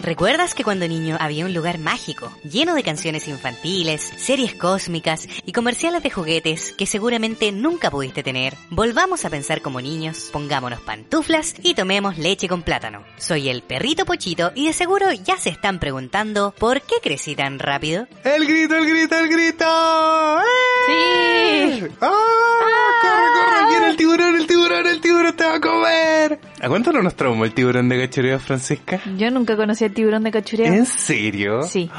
¿Recuerdas que cuando niño había un lugar mágico, lleno de canciones infantiles, series cósmicas y comerciales de juguetes que seguramente nunca pudiste tener? Volvamos a pensar como niños, pongámonos pantuflas y tomemos leche con plátano. Soy el perrito Pochito y de seguro ya se están preguntando ¿por qué crecí tan rápido? ¡El grito, el grito, el grito! ¡Eh! Sí. ¡Ah! ¡Corre, corre! ¡Viene el tiburón, el tiburón, el tiburón te va a comer! ¿A cuánto no nos traumó el tiburón de cachureo, Francesca? Yo nunca conocí al tiburón de cachureo. ¿En serio? ¡Ah! Sí.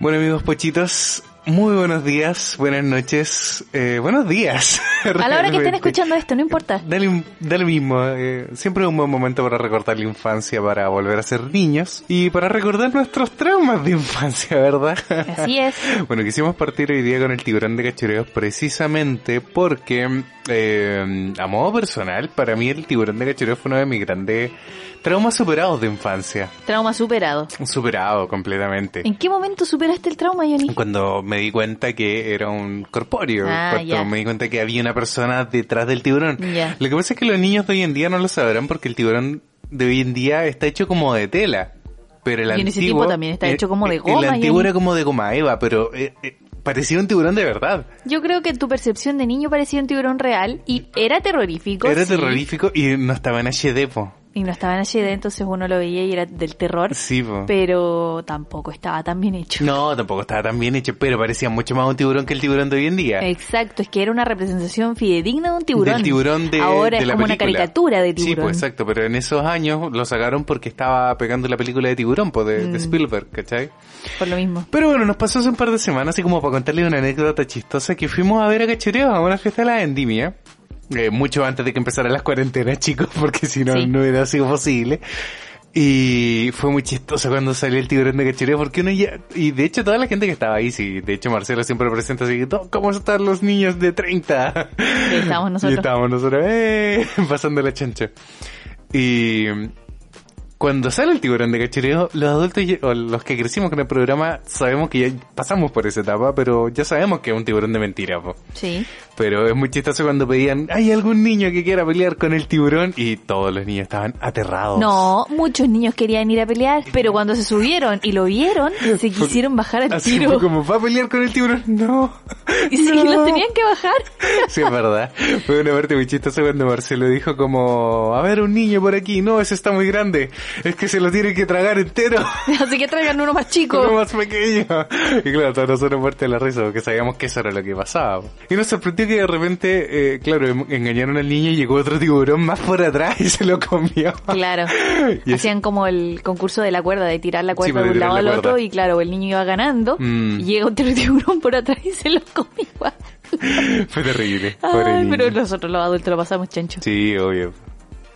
Bueno, amigos pochitos, muy buenos días, buenas noches, eh, buenos días. A la hora que estén escuchando esto, no importa. Dale, un- da lo mismo, eh, siempre es un buen momento para recordar la infancia, para volver a ser niños y para recordar nuestros traumas de infancia, ¿verdad? Así es. Bueno, quisimos partir hoy día con el tiburón de cachureos precisamente porque, eh, a modo personal, para mí el tiburón de cachureos fue uno de mis grandes traumas superados de infancia. Trauma superado. Superado completamente. ¿En qué momento superaste el trauma, Johnny? Cuando me di cuenta que era un corpóreo, Ah, cuando ya. me di cuenta que había una persona detrás del tiburón. Ya. Lo que pasa es que los niños de hoy en día no lo sabrán porque el tiburón de hoy en día está hecho como de tela. Pero el Y en ese antiguo tiempo también está el- hecho como de el- El goma, antiguo Johnny. era como de goma eva, pero eh, eh, parecía un tiburón de verdad. Yo creo que tu percepción de niño parecía un tiburón real y era terrorífico. Era sí. terrorífico y no estaba en HD, po. Y no estaba en HD, entonces uno lo veía y era del terror. Sí, po. Pero tampoco estaba tan bien hecho. No, tampoco estaba tan bien hecho, pero parecía mucho más un tiburón que el tiburón de hoy en día. Exacto, es que era una representación fidedigna de un tiburón. Del tiburón de Ahora de es la como una película. caricatura de Sí, tiburón. pues exacto, pero en esos años lo sacaron porque estaba pegando la película de tiburón, pues de, de Mm. Spielberg, ¿cachai? Por lo mismo. Pero bueno, nos pasó hace un par de semanas, así como para contarles una anécdota chistosa, que fuimos a ver a Cachureos a una fiesta de la Endimia. eh, mucho antes de que empezaran las cuarentenas, chicos, porque si no, Sí. no hubiera sido posible. Y fue muy chistoso cuando salió el tiburón de Cachureos, porque uno ya... Y de hecho, toda la gente que estaba ahí, sí, de hecho Marcelo siempre presenta así, "No, ¿cómo están los niños de 30? Y estábamos nosotros. Y estábamos nosotros, "Eh", pasando la chancha. Y cuando sale el tiburón de cachureo, los adultos ya- o los que crecimos con el programa sabemos que ya pasamos por esa etapa, pero ya sabemos que es un tiburón de mentira, po. Sí. Pero es muy chistoso cuando pedían, hay algún niño que quiera pelear con el tiburón y todos los niños estaban aterrados. No, muchos niños querían ir a pelear, pero cuando se subieron y lo vieron, se quisieron bajar al Así tiro. fue como, va a pelear con el tiburón, no. Y sí, no. los tenían que bajar. Sí, es verdad. Fue una parte muy chistosa cuando Marcelo dijo como, a ver, un niño por aquí, no, ese está muy grande, es que se lo tiene que tragar entero. Así que traigan uno más chico. Uno más pequeño. Y claro, todos nosotros muertos de la risa porque sabíamos que eso era lo que pasaba. Y nos sorprendió que de repente, eh, claro, em- engañaron al niño y llegó otro tiburón más por atrás y se lo comió. Claro. Y es- Hacían como el concurso de la cuerda, de tirar la Sí, cuerda pues, de de un lado tirar al la otro, cuerda. y claro, el niño iba ganando, Mm. y llega otro tiburón por atrás y se lo come igual. Fue terrible. pobre Ay, niño. pero nosotros los adultos lo pasamos chancho. Sí, obvio.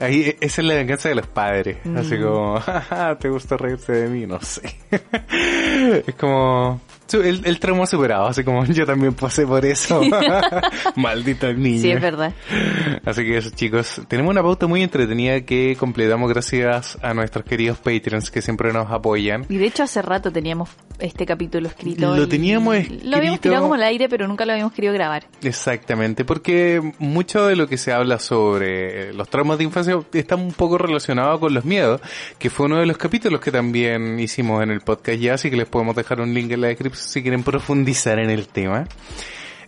Ahí, e- esa es la venganza de los padres. Mm. Así como, jaja, te gusta reírse de mí, no sé. es como, su- el, el trauma superado, así como, yo también pasé por eso. Maldito niño. Sí, es verdad. Así que eso chicos, tenemos una pauta muy entretenida que completamos gracias a nuestros queridos Patreons que siempre nos apoyan. Y de hecho hace rato teníamos este capítulo escrito. Lo y- teníamos Lo habíamos escrito. tirado como al aire, pero nunca lo habíamos querido grabar. Exactamente, porque mucho de lo que se habla sobre eh, los traumas de infancia está un poco relacionado con los miedos, que fue uno de los capítulos que también hicimos en el podcast ya, así que les podemos dejar un link en la descripción si quieren profundizar en el tema.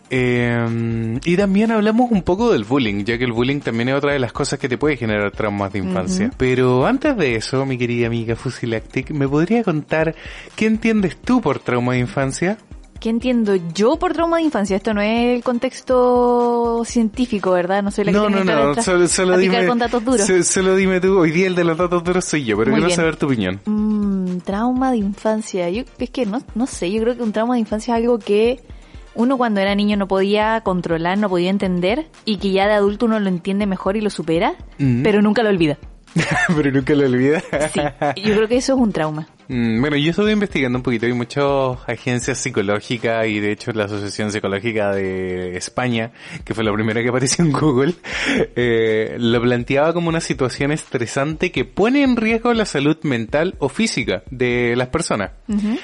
Eh, y también hablamos un poco del bullying, ya que el bullying también es otra de las cosas que te puede generar traumas de infancia. Pero antes de eso, mi querida amiga Fusilactic, ¿me podría contar qué entiendes tú por trauma de infancia? ¿Qué entiendo yo por trauma de infancia? Esto no es el contexto científico, ¿verdad? No soy la que No, no, tiene que no, tra- solo, solo a picar dime. con datos duros. so- solo dime tú, hoy día el de los datos duros soy yo, pero Muy quiero bien. saber tu opinión. Mm, trauma de infancia. Yo, es que no, no sé, yo creo que un trauma de infancia es algo que uno cuando era niño no podía controlar, no podía entender y que ya de adulto uno lo entiende mejor y lo supera, Mm. pero nunca lo olvida. pero nunca lo olvidas. Sí, yo creo que eso es un trauma. Mm, Bueno, yo estuve investigando un poquito, hay muchas agencias psicológicas y de hecho la Asociación Psicológica de España, que fue la primera que apareció en Google, eh, lo planteaba como una situación estresante que pone en riesgo la salud mental o física de las personas. Ujú.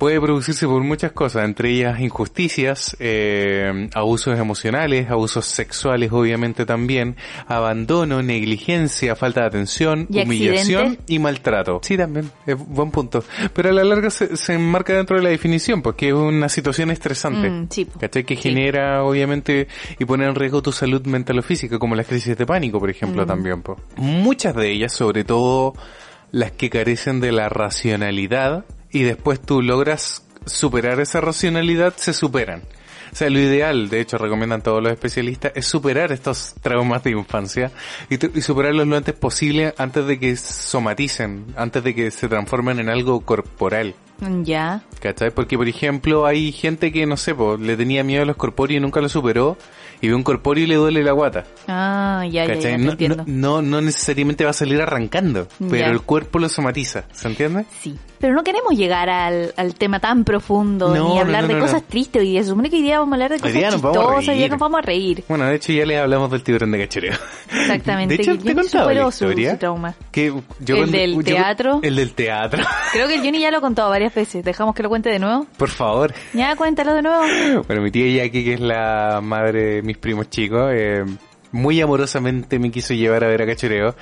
puede producirse por muchas cosas, entre ellas injusticias, eh, abusos emocionales, abusos sexuales obviamente también, abandono, negligencia, falta de atención, ¿Y humillación accidentes? y maltrato. Sí, también, es buen punto. Pero a la larga se, se enmarca dentro de la definición, porque es una situación estresante. Mm, sí, po. ¿Cachai? Que Sí. genera, obviamente, y pone en riesgo tu salud mental o física, como las crisis de pánico, por ejemplo, también. po. Muchas de ellas, sobre todo las que carecen de la racionalidad, y después tú logras superar esa racionalidad, se superan. O sea, lo ideal, de hecho, recomiendan todos los especialistas, es superar estos traumas de infancia y, tu- y superarlos lo antes posible antes de que somaticen, antes de que se transformen en algo corporal. Mm, Ya. ¿Cachai? Porque, por ejemplo, hay gente que, no sé, po, le tenía miedo a los corpóreos y nunca lo superó. Y ve un corpóreo y le duele la guata. Ah, ya, ya, ya, ¿Cachai? te No, entiendo. no, no, no necesariamente va a salir arrancando, pero Ya. el cuerpo lo somatiza. ¿Se entiende? Sí. Pero no queremos llegar al, al tema tan profundo No, ni hablar no, no, de no, cosas no. tristes hoy día. Se supone que hoy día vamos a hablar de cosas día nos vamos a chistosas, hoy día reír. nos vamos a reír. Bueno, de hecho ya les hablamos del tiburón de cachoreo. Exactamente. De hecho, que te he Johnny contado la superó su- historia. su trauma. Que yo ¿El cuando- del yo- teatro? El del teatro. Creo que el Johnny ya lo ha contado varias veces. Dejamos que lo cuente de nuevo. Por favor. Ya, cuéntalo de nuevo. Bueno, mi tía Jackie, que es la madre de mis primos chicos, eh, muy amorosamente me quiso llevar a ver a Cachoreo.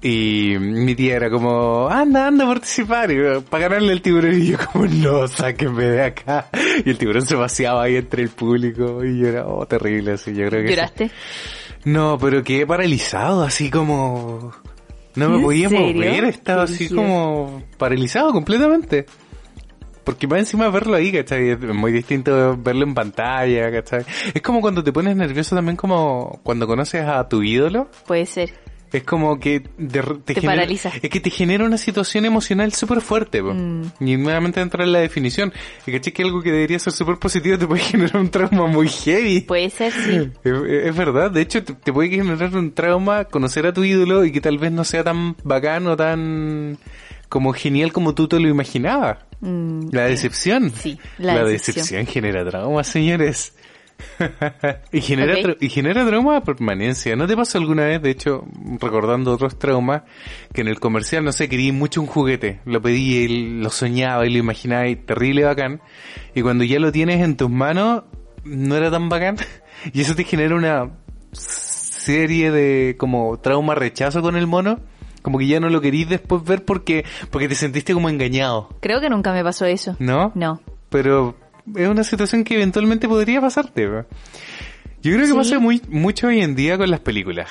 Y mi tía era como, anda, anda a participar, y, eh, para ganarle el tiburón. Y yo como, no, sáquenme de acá. Y el tiburón se vaciaba ahí entre el público y yo era, oh, terrible. Así, yo creo que sí. ¿Lloraste? No, pero quedé paralizado, así como... No me ¿En podía serio? mover, estaba Qué así brígido. como paralizado completamente. Porque más encima verlo ahí, ¿cachai? Es muy distinto verlo en pantalla, ¿cachai? Es como cuando te pones nervioso también como cuando conoces a tu ídolo. Puede ser. Es como que de- te, Te paraliza. Es que te genera una situación emocional súper fuerte. po. Mm. Y nuevamente entra en la definición. Y caché que algo que debería ser súper positivo te puede generar un trauma muy heavy. Puede ser, sí. Es, es verdad, de hecho te, te puede generar un trauma conocer a tu ídolo y que tal vez no sea tan bacano, tan como genial como tú te lo imaginabas. Mm, La decepción. Sí, la decepción. decepción. genera trauma, señores. y, genera Ok. tra- y genera trauma a permanencia. ¿No te pasó alguna vez, de hecho, recordando otros traumas, que en el comercial, no sé, quería mucho un juguete? Lo pedí, y lo soñaba y lo imaginaba y terrible bacán. Y cuando ya lo tienes en tus manos, no era tan bacán. y eso te genera una serie de como trauma rechazo con el mono. Como que ya no lo querís después ver porque, porque te sentiste como engañado. Creo que nunca me pasó eso. ¿No? No. Pero es una situación que eventualmente podría pasarte. ¿no? Yo creo que Sí. pasa muy, mucho hoy en día con las películas.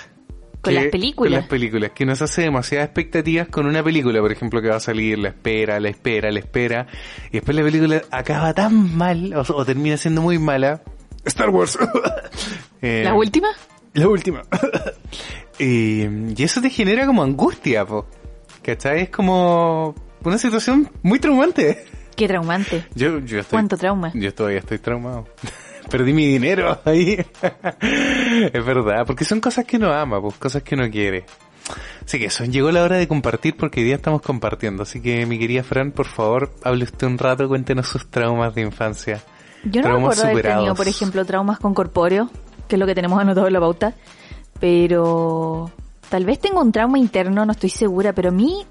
Con Que- las películas. Con las películas, que nos hace demasiadas expectativas con una película, por ejemplo, que va a salir, la espera, la espera, la espera, y después la película acaba tan mal, o, o termina siendo muy mala. Star Wars. Eh, ¿La última? la última. y, y eso te genera como angustia, po. ¿Cachai? Es como una situación muy traumante. Qué traumante. Yo, yo estoy, ¿Cuánto trauma? Yo todavía estoy traumado. Perdí mi dinero ahí. es verdad, porque son cosas que uno ama, pues, cosas que uno quiere. Así que eso, llegó la hora de compartir porque hoy día estamos compartiendo. Así que mi querida Fran, por favor, hable usted un rato, cuéntenos sus traumas de infancia. Yo no Traumas recuerdo haber tenido, superados. por ejemplo, traumas con corpóreo, que es lo que tenemos anotado en la pauta, pero tal vez tengo un trauma interno, no estoy segura, pero a mí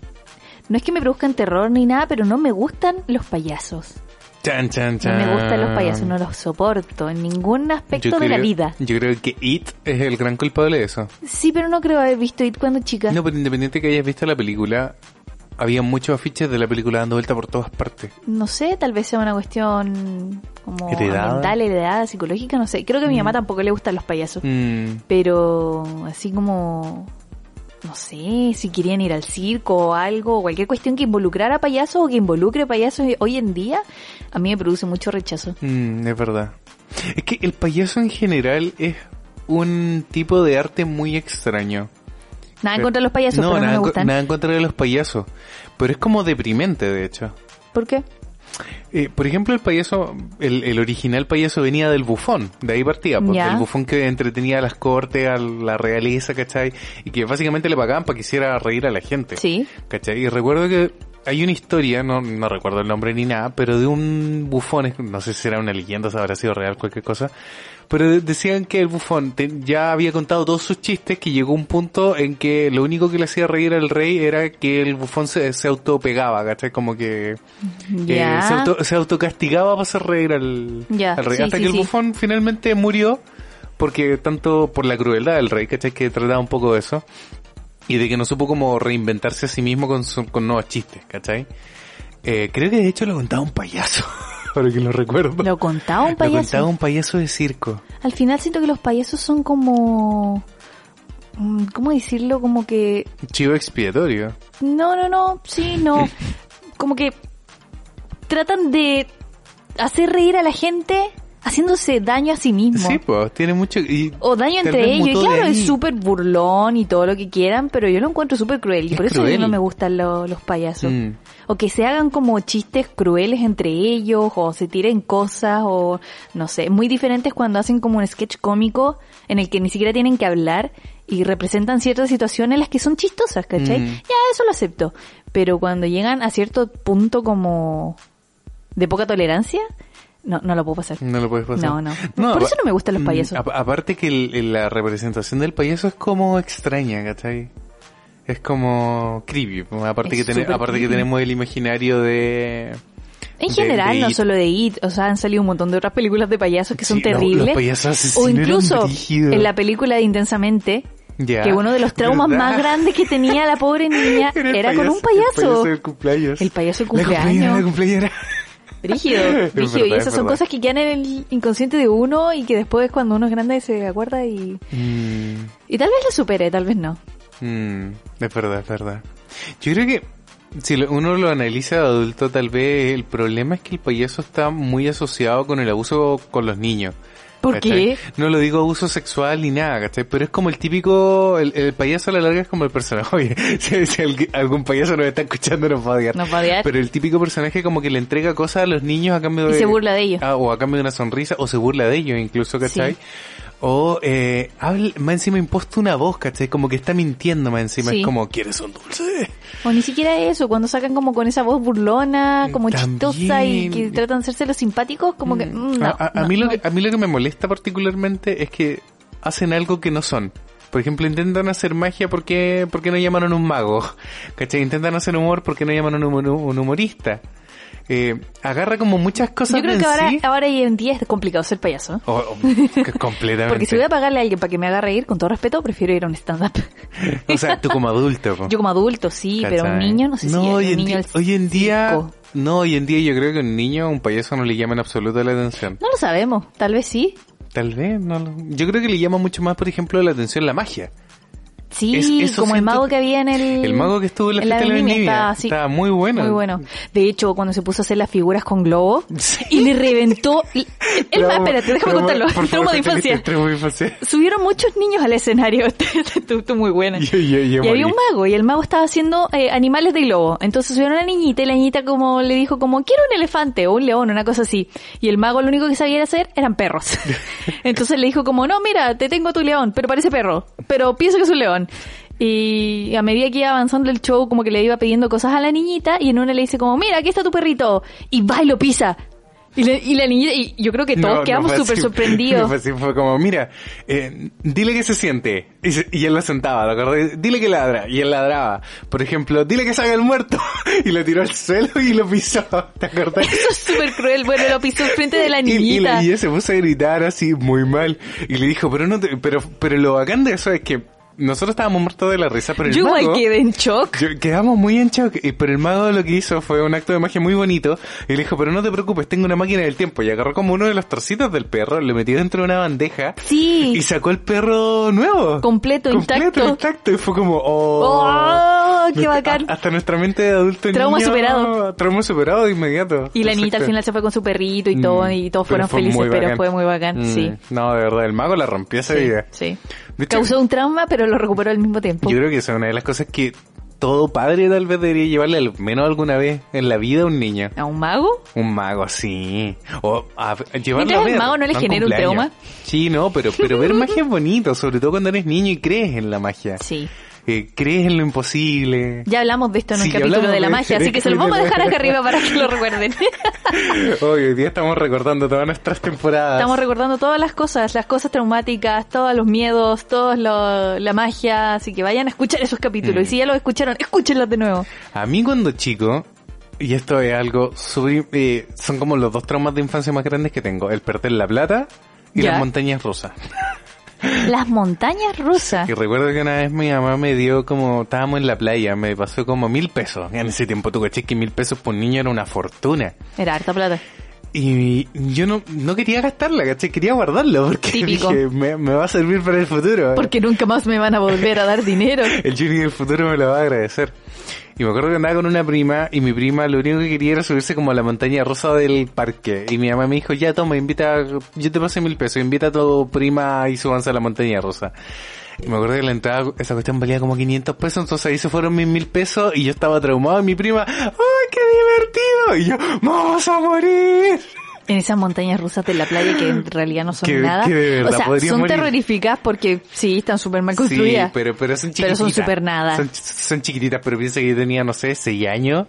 no es que me produzcan terror ni nada, pero no me gustan los payasos. Chan, chan, No chan. me gustan los payasos, no los soporto en ningún aspecto de la creo- vida. Ah. Yo creo que It es el gran culpable de eso. Sí, pero no creo haber visto It cuando chica. No, pero independiente que hayas visto la película, había muchos afiches de la película dando vuelta por todas partes. No sé, tal vez sea una cuestión como Heredada. mental, heredada, psicológica, no sé. Creo que a mi mamá tampoco le gustan los payasos. Mm. Pero así como, no sé, si querían ir al circo o algo, cualquier cuestión que involucrara payasos o que involucre payasos hoy en día, a mí me produce mucho rechazo. Mm, es verdad. Es que el payaso en general es un tipo de arte muy extraño. Nada en Pero- contra de los payasos, no, pero no nada, me en co- gustan. nada en contra de los payasos. Pero es como deprimente, de hecho. ¿Por qué? Eh, por ejemplo, el payaso, el, el original payaso venía del bufón, de ahí partía, porque Ya. el bufón que entretenía a las cortes, a la realeza, ¿cachai? Y que básicamente le pagaban para que hiciera reír a la gente. Sí. ¿Cachai? Y recuerdo que hay una historia, no, no recuerdo el nombre ni nada, pero de un bufón, es- no sé si era una leyenda, si habrá sido real, cualquier cosa, pero de- decían que el bufón te- ya había contado todos sus chistes, que llegó un punto en que lo único que le hacía reír al rey era que el bufón se, se autopegaba, ¿cachai? Como que... Eh, Ya. se, auto- se autocastigaba para hacer reír al, Ya, al rey. sí, Hasta sí, que sí. el bufón finalmente murió, porque tanto por la crueldad del rey, ¿cachai? Que trataba un poco de eso. Y de que no supo como reinventarse a sí mismo con, su- con nuevos chistes, ¿cachai? Eh, creo que de hecho lo contaba un payaso, para que lo recuerdo. Lo contaba un Lo payaso. contaba un payaso de circo. Al final siento que los payasos son como... mm, ¿Cómo decirlo? Como que... Chivo expiatorio. No, no, no, sí, no. Como que tratan de hacer reír a la gente haciéndose daño a sí mismo. Sí, pues, tiene mucho... y O daño tal entre vez ellos. Y mutó de claro, ahí. es súper burlón y todo lo que quieran, pero yo lo encuentro súper cruel. Y Es por eso a mí cruel. no me gustan lo- los payasos. Mm. O que se hagan como chistes crueles entre ellos, o se tiren cosas, o no sé. Muy diferentes cuando hacen como un sketch cómico en el que ni siquiera tienen que hablar y representan ciertas situaciones en las que son chistosas, ¿cachai? Mm. Ya, eso lo acepto. Pero cuando llegan a cierto punto como de poca tolerancia, no, no lo puedo pasar. No lo puedes pasar. No, no. Por eso no me gustan los mm, payasos. ap- aparte que el- el- la representación del payaso es como extraña, ¿cachai? Es como creepy. Aparte, Es que, tene- súper aparte que creepy. tenemos el imaginario de... En de- general, de no It. solo de It, o sea, han salido un montón de otras películas de payasos que son Sí, no, terribles. los payasos asesinos o eran incluso brígidos. en la película de Intensamente, Ya. que uno de los traumas ¿Verdad? más grandes que tenía la pobre niña Era era, el con un El payaso. payaso del cumpleaños. El payaso del La cumpleaños. cumpleaños. La cumpleañera. Brígido, Es brígido. verdad, y es esas son verdad. cosas que quedan en el inconsciente de uno y que después cuando uno es grande se acuerda y... Mm. Y tal vez lo supere, tal vez no. Mm, es verdad, es verdad. Yo creo que si lo- uno lo analiza de adulto, tal vez el problema es que el payaso está muy asociado con el abuso con los niños. ¿Por ¿cachai? qué? No lo digo abuso sexual ni nada, ¿cachai? Pero es como el típico, el, el payaso a la larga es como el personaje. Oye, si, si alguien- algún payaso nos está escuchando nos va a odiar. Nos va a odiar. Pero el típico personaje como que le entrega cosas a los niños a cambio Y de... se burla de ellos. Ah, o a cambio de una sonrisa, o se burla de ellos incluso, ¿cachai? Sí. O, eh, habla, más encima imposta una voz, ¿cachai? Como que está mintiendo más encima. Sí. Es como, ¿quieres un dulce? O ni siquiera eso, cuando sacan como con esa voz burlona, como También. chistosa y que tratan de hacerse los simpáticos, como que... mm, no, a, a- a no, mí lo no. que, a mí lo que me molesta particularmente es que hacen algo que no son. Por ejemplo, intentan hacer magia porque, porque no llamaron un mago. ¿Cachai? Intentan hacer humor porque no llamaron un, un humorista. Eh, agarra como muchas cosas Yo creo de que en ahora, sí. ahora hoy en día es complicado ser payaso. ¿eh? O- o- que completamente. Porque si voy a pagarle a alguien para que me haga reír, con todo respeto, prefiero ir a un stand-up. O sea, tú como adulto. po. Yo como adulto, sí, pero un ¿Cachai? niño, no sé si hoy un en niño día, al hoy en día circo. no, hoy en día yo creo que un niño, a un payaso no le llama en absoluto la atención. No lo sabemos, tal vez sí. Tal vez no. lo- Yo creo que le llama mucho más, por ejemplo, la atención la magia. Sí, Es- eso como el siento- mago que había en el... El mago que estuvo en la en fiesta de la vendimia, vendimia. estaba así, Estaba muy bueno. Muy bueno. De hecho, cuando se puso a hacer las figuras con globo, y le reventó... El, el- Trauma- espérate, déjame trauma- contarlo. por favor, Trauma de te- te- te- infancia. Trauma de infancia. Subieron muchos niños al escenario. tú, tú muy buena. Yo- yo- yo y morí. había un mago y el mago estaba haciendo eh, animales de globo. Entonces subieron a la niñita y la niñita como le dijo como quiero un elefante o un león, una cosa así. Y el mago lo único que sabía hacer eran perros. Entonces le dijo como no, mira, te tengo tu león, pero parece perro, pero pienso que es un león. Y a medida que iba avanzando el show, como que le iba pidiendo cosas a la niñita y en una le dice como, mira, aquí está tu perrito. Y va y lo pisa. Y, le- y la niñita, y yo creo que todos No, no quedamos fue súper así. No sorprendidos. fue así, fue como, mira, eh, dile que se siente. Y, se- y él lo sentaba, ¿te acordás? Dile que ladra. Y él ladraba. Por ejemplo, dile que salga el muerto. Y lo tiró al suelo y lo pisó. ¿Te acordás? Eso es súper cruel. Bueno, lo pisó frente de la Y, y niñita. la niña se puso a gritar así muy mal y le dijo, pero no te- pero, pero lo bacán de eso es que nosotros estábamos muertos de la risa, pero el Yo igual mago- quedé en shock. Yo- quedamos muy en shock, y- pero el mago lo que hizo fue un acto de magia muy bonito y le dijo, pero no te preocupes, tengo una máquina del tiempo y agarró como uno de los trocitos del perro, lo metió dentro de una bandeja Sí, y sacó el perro nuevo. completo, Completo, intacto. intacto, y fue como, oh, ¡Oh, qué Nuestra- bacán! a- Hasta nuestra mente de adulto y Trauma niño- superado. Trauma superado de inmediato. Y la niñita al Perfecto. final se fue con su perrito y todo, Mm, y todos pero fueron fue felices, muy pero bacán. fue muy bacán, Mm, sí. No, de verdad, el mago la rompió esa Sí, vida. sí. De hecho, Causó un trauma, pero lo recuperó al mismo tiempo. Yo creo que esa es una de las cosas que todo padre tal vez debería llevarle al menos alguna vez en la vida a un niño. ¿A un mago? Un mago, sí. O a, a llevarlo Mientras a el ver. mago no le a genere un cumpleaños. trauma. Sí, no, pero, pero ver magia es bonito, sobre todo cuando eres niño y crees en la magia. Sí. eh, crees en lo imposible. Ya hablamos de esto en Sí, un ya capítulo hablamos de la de- magia, así que se lo vamos a dejar acá arriba para que lo recuerden. Hoy, hoy día estamos recordando todas nuestras temporadas. Estamos recordando todas las cosas, las cosas traumáticas, todos los miedos, todos lo- la magia, así que vayan a escuchar esos capítulos. Mm. Y si ya los escucharon, escúchenlos de nuevo. A mí cuando chico, y esto es algo súper, eh, son como los dos traumas de infancia más grandes que tengo, el perder la plata y Ya. las montañas rusas. Las montañas rusas. Y recuerdo que una vez mi mamá me dio como, estábamos en la playa, me pasó como mil pesos. En ese tiempo tú caché que mil pesos por niño era una fortuna. Era harta plata. Y yo no, no quería gastarla, caché, quería guardarla porque Típico. dije, me, me va a servir para el futuro. Porque nunca más me van a volver a dar dinero. El Juni del futuro me lo va a agradecer. Y me acuerdo que andaba con una prima y mi prima lo único que quería era subirse como a la montaña rosa del parque. Y mi mamá me dijo, ya toma, invita, yo te pasé mil pesos, invita a tu prima y subanse a la montaña rosa. Y me acuerdo que la entrada, esa cuestión valía como 500 pesos, entonces ahí se fueron mis mil pesos y yo estaba traumado y mi prima, ¡ay, qué divertido! Y yo, ¡vamos a morir! En esas montañas rusas de la playa que en realidad no son Que- nada. que de verdad o sea, podrían son morir. terroríficas porque sí, están súper mal construidas. Sí, pero, pero son Pero chiquititas. son súper nada. Son, son chiquititas, pero piensa que yo tenía, no sé, 6 años.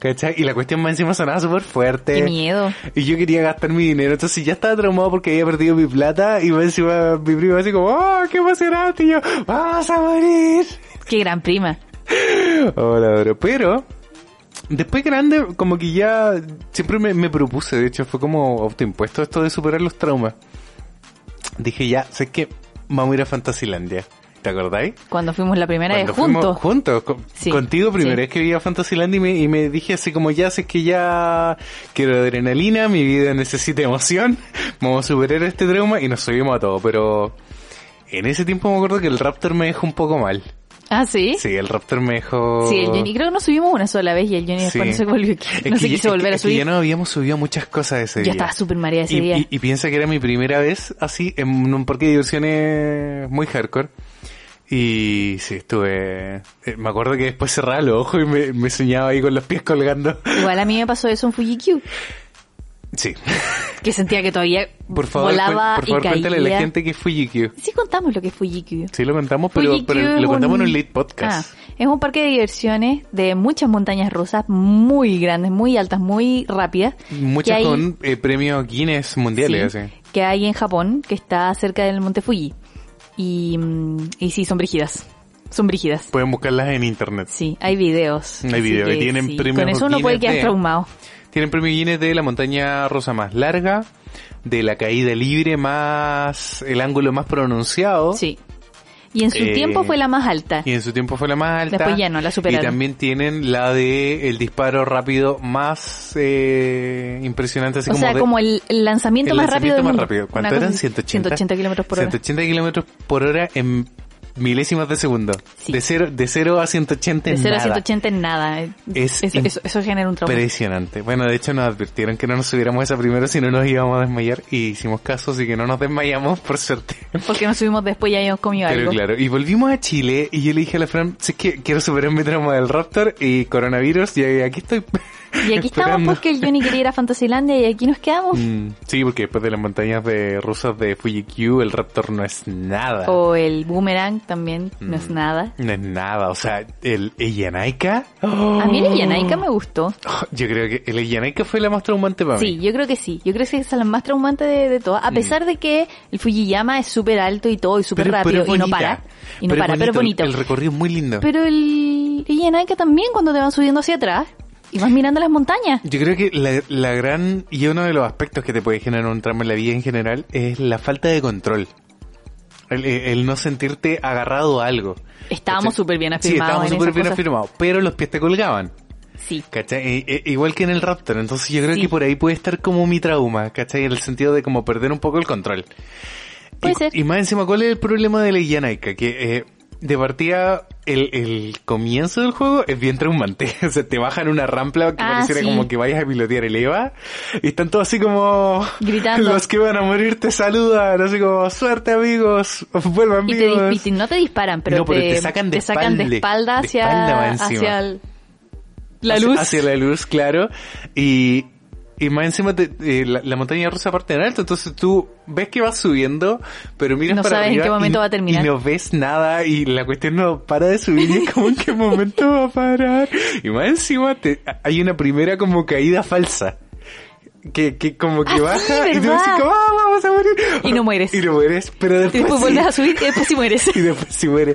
¿Cachai? Y la cuestión más encima sonaba súper fuerte. Qué miedo. Y yo quería gastar mi dinero, entonces ya estaba traumado porque había perdido mi plata y me encima mi primo así como, ¡oh, qué emocionante! Y yo, ¡vas a morir! Qué gran prima. Ahora, ahora. Pero, después grande, como que ya siempre me, me propuse, de hecho, fue como autoimpuesto esto de superar los traumas. Dije, ya, sé que vamos a ir a Fantasilandia. ¿Te acordáis? Cuando fuimos la primera vez Cuando fuimos juntos. juntos, con- Sí, contigo primera sí. vez que vi a Fantasyland y me, y me dije así como ya sé que ya quiero adrenalina, mi vida necesita emoción, vamos a superar este trauma y nos subimos a todo, pero en ese tiempo me acuerdo que el Raptor me dejó un poco mal. Ah, sí. Sí, el Raptor me dejó... Sí, el Johnny. Creo que nos subimos una sola vez y el Johnny después Sí. no se volvió. Es No que se ya- quiso es volver que- a es que subir. ya no habíamos subido muchas cosas ese Yo día. estaba súper mareada ese y, día. y- y piensa que era mi primera vez así en un parque de diversiones muy hardcore. Y sí, estuve... eh, Me acuerdo que después cerraba los ojos y me, me soñaba ahí con los pies colgando. Igual a mí me pasó eso en Fuji-Q, Sí. que sentía que todavía Por favor, volaba cuen- por favor y caía. cuéntale a la gente que es Fujikyu. Sí contamos lo que es Fuji-Q. Sí, lo contamos, pero, Fuji-Q pero es lo contamos en un- un late podcast. Ah, es un parque de diversiones de muchas montañas rusas muy grandes, muy altas, muy rápidas. que Muchas hay- con eh, premios Guinness mundiales, sí, así. Que hay en Japón, que está cerca del monte Fuji. Y, mm, y sí, son brígidas. Son brígidas. Pueden buscarlas en internet. Sí, hay videos. Hay así videos, y tienen premios ¿eh? Con eso uno puede Guinness quedar de- traumado. Tienen premio Guinness de la montaña rosa más larga, de la caída libre más, el ángulo más pronunciado. Sí. Y en su Eh, tiempo fue la más alta. Y en su tiempo fue la más alta. Después ya no, la superaron. Y también tienen la de el disparo rápido más eh, impresionante, así o como, sea, de- como el, el lanzamiento el más rápido lanzamiento del más mundo. rápido. ¿Cuánto Una cosa eran? así, 180. 180 kilómetros por hora. 180 kilómetros por hora en milésimas de segundo. Sí. De cero de cero a 180 De en 0 a nada. 180 en nada. Es eso, eso- eso genera un trauma. Impresionante. Bueno, de hecho nos advirtieron que no nos subiéramos esa primero si no nos íbamos a desmayar y hicimos caso, así que no nos desmayamos por suerte. Porque nos subimos después y ya habíamos comido Pero algo. claro, y volvimos a Chile y yo le dije a la Fran, sé que quiero superar mi trauma del Raptor y coronavirus y aquí estoy. Y aquí estamos esperando. porque el Johnny quería ir a Fantasylandia y aquí nos quedamos. Mm, sí, porque después de las montañas de rusas de Fuji-Q, el Raptor no es nada. O el boomerang también, no es Mm. nada. No es nada, o sea, el Eyanaika. A mí el Yanaika me gustó. Yo creo que el Eyanaika fue la más traumante para Sí, mí. Mm. yo creo que sí. Yo creo que es la más traumante de, de todas. A pesar de que el Fujiyama es súper alto y todo, y súper Pero- rápido, pero y no bonita. para. Y no Pero para, es pero es bonito. El recorrido es muy lindo. Pero el Yanaika también cuando te van subiendo hacia atrás y vas mirando las montañas. Yo creo que la, la gran y uno de los aspectos que te puede generar un trauma en la vida en general es la falta de control. El, el- el no sentirte agarrado a algo. Estábamos ¿Cachai? súper bien Sí, afirmados. estábamos en súper esas bien cosas. afirmados, pero los pies te colgaban. Sí. ¿Cachai? E- e- igual que en el Raptor, entonces yo creo Sí. que por ahí puede estar como mi trauma, ¿cachai? En el sentido de como perder un poco el control. Puede y, ser. y más encima, ¿cuál es el problema de la Illanaika? Que eh, de partida, el, el comienzo del juego es bien traumante. o sea, te bajan una rampa que Ah, pareciera sí. como que vayas a pilotear el EVA y están todos así como... Gritando. Los que van a morir te saludan, así como, suerte amigos, vuelvan Y, te, dis- vivos. y te- no te disparan, pero, No, pero te sacan de te sacan de espalda, espalda de hacia, espalda va encima. hacia el- la Hacia- luz. Hacia la luz, claro. Y Y más encima te- eh, la, la montaña rusa parte en alto, entonces tú ves que vas subiendo, pero miras No para sabes en arriba qué momento y- va a terminar. Y no ves nada y la cuestión no para de subir y es como en qué momento va a parar. Y más encima te, hay una primera como caída falsa. Que, que como que Ah, sí, baja y tú ¿verdad? decís como, "Ah, vamos a morir. Y no mueres. Y no mueres, pero después, Y después sí. vuelves a subir y después sí mueres. Y después sí muere.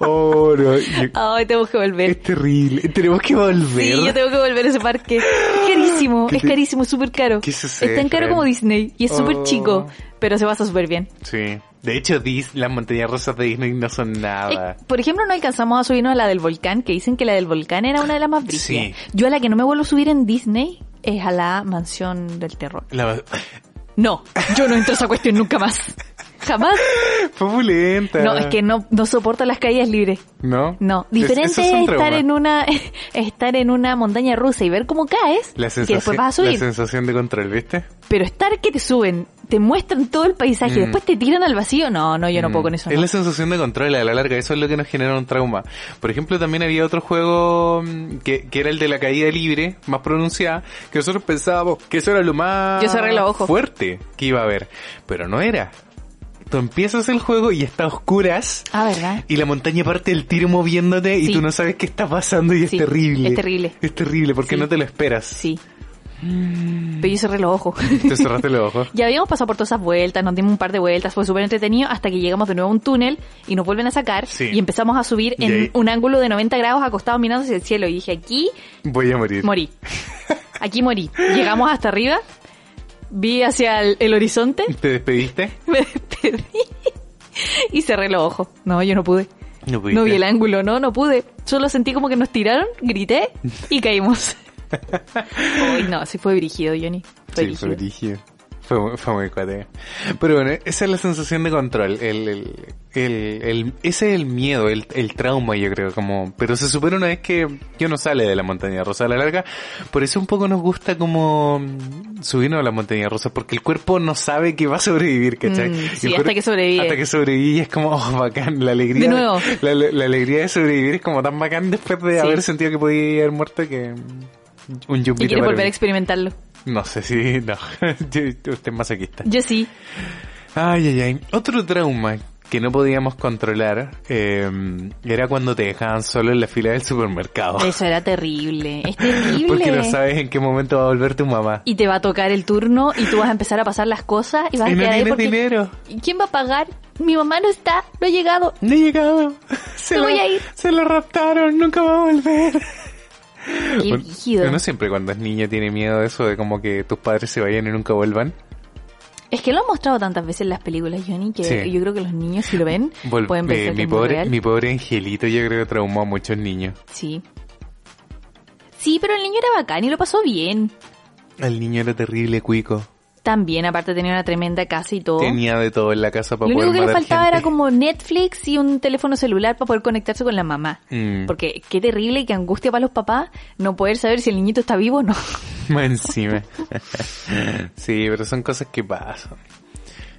Oh, no. yo- Ay, tengo que volver. es terrible. Tenemos que volver. Sí, yo tengo que volver a ese parque. Es carísimo, ¿Qué es te- carísimo, es súper caro. ¿Qué sucede, es tan caro Fran? como Disney y es súper Oh. chico, pero se pasa súper bien. Sí. De hecho, Dis- las montañas rusas de Disney no son nada. Eh, por ejemplo, no alcanzamos a subirnos a la del volcán, que dicen que la del volcán era una de las más brígidas. Sí. Yo a la que no me vuelvo a subir en Disney es a la mansión del terror. La- No, yo no entro a esa cuestión nunca más. Jamás. Fue opulenta. No, es que no, no soporto las caídas libres. ¿No? No, este Es- diferente esos es son estar traumas. en una estar en una montaña rusa y ver cómo caes La y que sensación, después vas a la subir. sensación de control, ¿viste? Pero estar que te suben, te muestran todo el paisaje y Mm. después te tiran al vacío. No, no, yo no puedo con eso. Es no. la sensación de control a la larga, eso es lo que nos genera un trauma. Por ejemplo, también había otro juego mm, que, que era el de la caída libre, más pronunciada, que nosotros pensábamos que eso era lo más Yo cerré los ojos. fuerte que iba a haber, pero no era. Tú empiezas el juego y está a oscuras Ah, ¿verdad? y la montaña parte del tiro moviéndote y Sí. tú no sabes qué está pasando y es Sí, terrible. es terrible. Es terrible porque Sí. no te lo esperas. Sí. Mm. Pero yo cerré los ojos. Te cerraste los ojos. Ya habíamos pasado por todas esas vueltas, nos dimos un par de vueltas, fue súper entretenido hasta que llegamos de nuevo a un túnel y nos vuelven a sacar Sí. y empezamos a subir Y en ahí- un ángulo de 90 grados acostados mirando hacia el cielo y dije, aquí Voy a morir. morí. Aquí morí. Llegamos hasta arriba, vi hacia el, el horizonte, ¿Te despediste? me despedí y cerré los ojos. No, yo no pude. No No vi el ángulo, no, no pude. Solo sentí como que nos tiraron, grité y caímos. Uy, no, sí fue brígido, Johnny. Fue Sí, fue brígido. brígido. Fue, muy- fue muy cuate. Pero bueno, esa es la sensación de control. El, el, el- el- ese es el miedo, el, el trauma, yo creo. como Pero se supera una vez que yo no sale de la montaña rosa a la larga. Por eso un poco nos gusta como mm, subirnos a la montaña rosa, porque el cuerpo no sabe que va a sobrevivir, ¿cachai? Mm, Y el sí, cuerpo- hasta que sobrevive. Hasta que sobrevive es como oh, bacán. La alegría, De nuevo. La, la alegría de sobrevivir es como tan bacán después de Sí. haber sentido que podía haber muerto que mm, un yumpito Y quiero para volver a mí. experimentarlo. No sé si, no. Yo- Usted es masoquista. Yo sí. Ay, ay, ay. Otro trauma que no podíamos controlar eh, era cuando te dejaban solo en la fila del supermercado. Eso era terrible. Es terrible. Porque Oh. no sabes en qué momento va a volver tu mamá. Y te va a tocar el turno y tú vas a empezar a pasar las cosas y vas Y a no quedar ahí tienes porque... dinero. ¿Y quién va a pagar? Mi mamá no está, no ha llegado. No he llegado. Se Me lo, voy a ir. Se lo raptaron, nunca va a volver. Qué Uno- brígido. Uno siempre cuando es niño tiene miedo de eso, de como que tus padres se vayan y nunca vuelvan. Es que lo han mostrado tantas veces en las películas, Johnny, que Sí. yo creo que los niños si lo ven Vol- pueden eh, pensar que mi, es muy pobre, real. mi pobre angelito yo creo que traumó a muchos niños. Sí. Sí, pero el niño era bacán y lo pasó bien. El niño era terrible, cuico. También, aparte tenía una tremenda casa y todo. Tenía de todo en la casa para lo poder único que le matar faltaba gente. era como Netflix y un teléfono celular para poder conectarse con la mamá. Mm. Porque qué terrible y qué angustia para los papás no poder saber si el niñito está vivo o no. Más encima. sí, pero son cosas que pasan.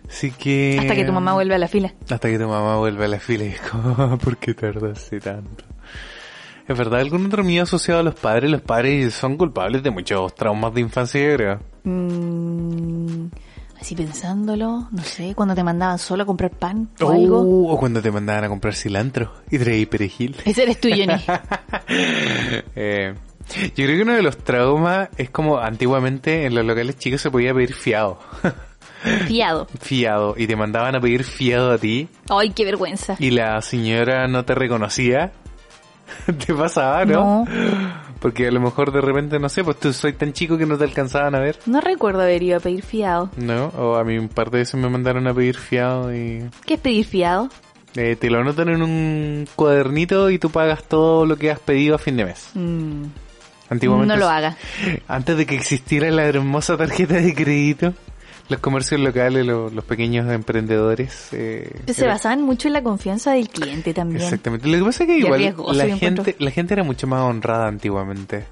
Así que... Hasta que tu mamá vuelve a la fila. Hasta que tu mamá vuelva a la fila y es como, ¿por qué tardaste tanto? Es verdad, algún otro miedo asociado a los padres, los padres son culpables de muchos traumas de infancia, yo creo. Mm, así pensándolo, no sé, cuando te mandaban solo a comprar pan o algo. Uh, o cuando te mandaban a comprar cilantro y traí perejil. Ese eres tú, Johnny. Eh, yo creo que uno de los traumas es como antiguamente en los locales chicos se podía pedir fiado. Fiado. fiado. Y te mandaban a pedir fiado a ti Ay, qué vergüenza. y la señora no te reconocía. ¿Te pasaba, no? No. Porque a lo mejor de repente, no sé, pues tú soy tan chico que no te alcanzaban a ver. No recuerdo haber ido a pedir fiado. No, o a mí un par de veces me mandaron a pedir fiado y ¿Qué es pedir fiado? eh, te lo anotan en un cuadernito y tú pagas todo lo que has pedido a fin de mes. Mm, Antiguamente no lo haga. Antes de que existiera la hermosa tarjeta de crédito, los comercios locales, lo- los pequeños emprendedores... eh, Pues Se era- basaban mucho en la confianza del cliente también. Exactamente. Lo que pasa es que Y igual riesgoso, la yo encuentro. gente, la gente era mucho más honrada antiguamente.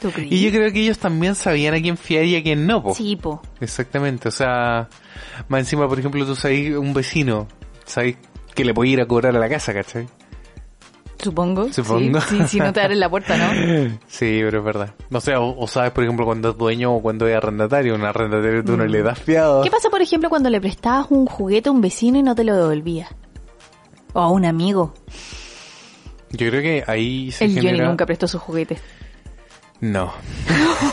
¿Tú crees? Y yo creo que ellos también sabían a quién fiar y a quién no. po. Sí, po. Exactamente. O sea, más encima, por ejemplo, tú sabes un vecino, sabes que le podía ir a cobrar a la casa, ¿cachai? Supongo. Supongo. Sí, sí, sí, no te abren la puerta, ¿no? Sí, pero es verdad. No sé, o, o sabes, por ejemplo, cuando es dueño o cuando es arrendatario. Un arrendatario tú no le das fiado. Mm. ¿Qué pasa, por ejemplo, cuando le prestabas un juguete a un vecino y no te lo devolvía? O a un amigo. Yo creo que ahí se El genera... Johnny nunca prestó sus juguetes. No.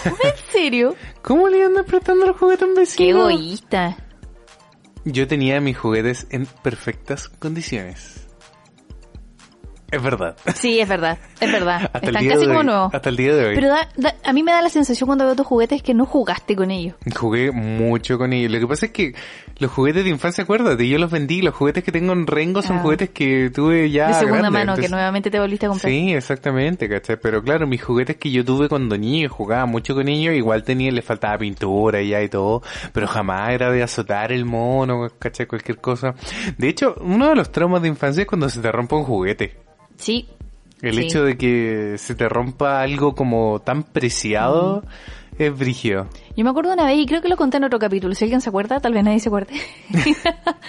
¿En serio? ¿Cómo le andas prestando el juguete a un Qué vecino? egoísta. Yo tenía mis juguetes en perfectas condiciones. Es verdad. Sí, es verdad, es verdad. Hasta el Están día casi de como hoy. nuevos. Hasta el día de hoy. Pero da- da- a mí me da la sensación cuando veo tus juguetes que no jugaste con ellos. Jugué mucho con ellos. Lo que pasa es que los juguetes de infancia, acuérdate, yo los vendí. Los juguetes que tengo en Rengo son Ah. juguetes que tuve ya. de segunda grandes, mano, que Ah, entonces- nuevamente te volviste a comprar. Sí, exactamente, ¿cachai? Pero claro, mis juguetes que yo tuve cuando niño, jugaba mucho con ellos, igual tenía, le faltaba pintura y ya y todo, pero jamás era de azotar el mono, ¿cachai? Cualquier cosa. De hecho, uno de los traumas de infancia es cuando se te rompe un juguete. Sí. El Sí. hecho de que se te rompa algo como tan preciado es brígido. Yo me acuerdo una vez, y creo que lo conté en otro capítulo, si alguien se acuerda, tal vez nadie se acuerde.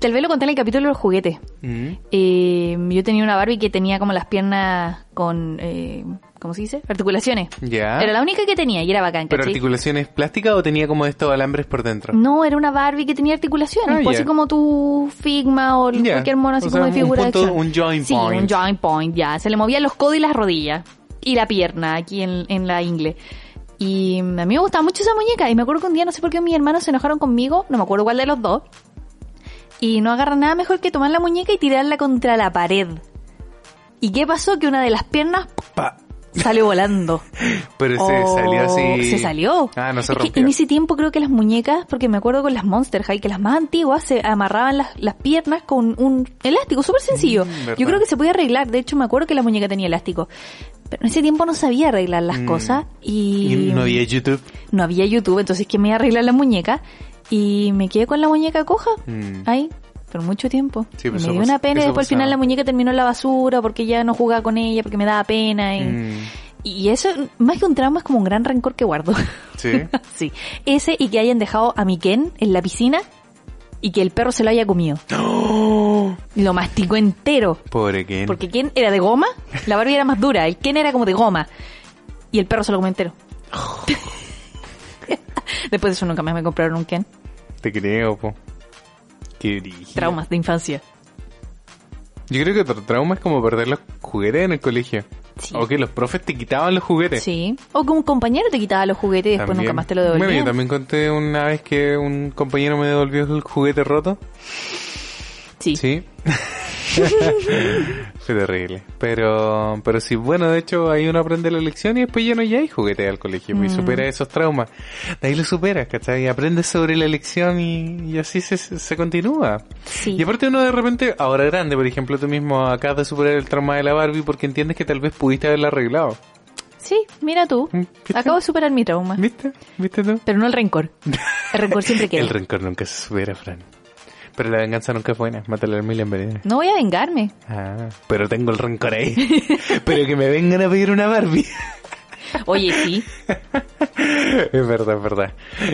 tal vez lo conté en el capítulo de los juguetes. Mm. Eh, yo tenía una Barbie que tenía como las piernas con, eh, ¿cómo se dice? Articulaciones. Ya. Era la única que tenía y era bacán, ¿Pero ¿cachai? articulaciones plásticas o tenía como estos alambres por dentro? No, era una Barbie que tenía articulaciones, Ah, pues, ya. así como tu Figma o el- Ya. cualquier mono así O sea, como de un figura de punto- acción. un joint sí, point. un joint point, ya. Se le movían los codos y las rodillas y la pierna aquí en, en la ingle. Y mm, a mí me gustaba mucho esa muñeca y me acuerdo que un día, no sé por qué mis hermanos se enojaron conmigo, no me acuerdo cuál de los dos, y no agarran nada mejor que tomar la muñeca y tirarla contra la pared. ¿Y qué pasó? Que una de las piernas ¡pum!, Pa. salió volando. Pero se Oh, salió así. Se salió. Ah, no se Es que rompió. en ese tiempo creo que las muñecas, porque me acuerdo con las Monster High, que las más antiguas se amarraban las, las piernas con un elástico, súper sencillo. Mm, verdad. Yo creo que se podía arreglar. De hecho, me acuerdo que la muñeca tenía elástico. Pero en ese tiempo no sabía arreglar las Mm. cosas y, Y no había YouTube. no había YouTube, entonces que me iba a arreglar la muñeca y me quedé con la muñeca coja. Mm. Ahí. Por mucho tiempo. Sí, Y pues me eso dio pasa- una pena y eso después al final pasaba. la muñeca terminó en la basura porque ya no jugaba con ella, porque me daba pena. Y... Mm. Y eso, más que un trauma, es como un gran rencor que guardo. Sí. sí. Ese y que hayan dejado a mi Ken en la piscina y que el perro se lo haya comido. Lo masticó entero. Pobre Ken. Porque Ken era de goma, la Barbie era más dura, el Ken era como de goma. Y el perro se lo comió entero. Después de eso nunca más me compraron un Ken. Te creo, po. Qué brígido. Traumas de infancia. Yo creo que otro trauma es como perder los juguetes en el colegio. Sí. O que los profes te quitaban los juguetes. Sí. O que un compañero te quitaba los juguetes y después También. nunca más te lo devolvía. Bueno, yo también conté una vez que un compañero me devolvió el juguete roto. Sí. Sí. Fue terrible. Pero, pero sí, bueno, de hecho, ahí uno aprende la lección y después ya no ya hay juguete al colegio Mm. pues, y supera esos traumas. De ahí lo superas, ¿cachai? Aprendes sobre la lección y, y así se, se continúa. Sí. Y aparte uno de repente, ahora grande, por ejemplo, tú mismo acabas de superar el trauma de la Barbie porque entiendes que tal vez pudiste haberla arreglado. Sí, mira tú. Mm, ¿viste? Acabo de superar mi trauma. ¿Viste? ¿Viste tú? Pero no el rencor. El rencor siempre queda. El rencor nunca se supera, Fran. Pero la venganza nunca es buena. Mátale al mil en veneno. No voy a vengarme. Ah, pero tengo el rencor ahí. pero que me vengan a pedir una Barbie. Oye, sí. es verdad, es verdad.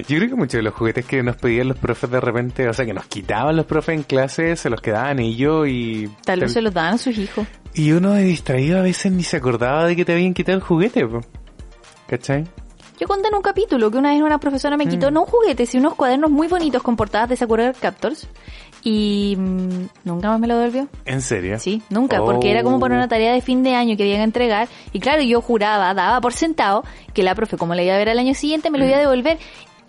Yo creo que muchos de los juguetes que nos pedían los profes de repente, o sea, que nos quitaban los profes en clase, se los quedaban y yo y... Tal vez se los dan a sus hijos. Y uno de distraído a veces ni se acordaba de que te habían quitado el juguete, po. ¿cachai? Yo conté en un capítulo que una vez una profesora me quitó no un juguete, sino unos cuadernos muy bonitos con portadas de Sakura Captors. Y mm, nunca más me lo devolvió. ¿En serio? Oh. Sí, nunca, porque era como para una tarea. tarea de fin de año que había que entregar. Y claro, yo juraba, daba por sentado, que la profe, como la iba a ver al año siguiente, me lo iba a devolver.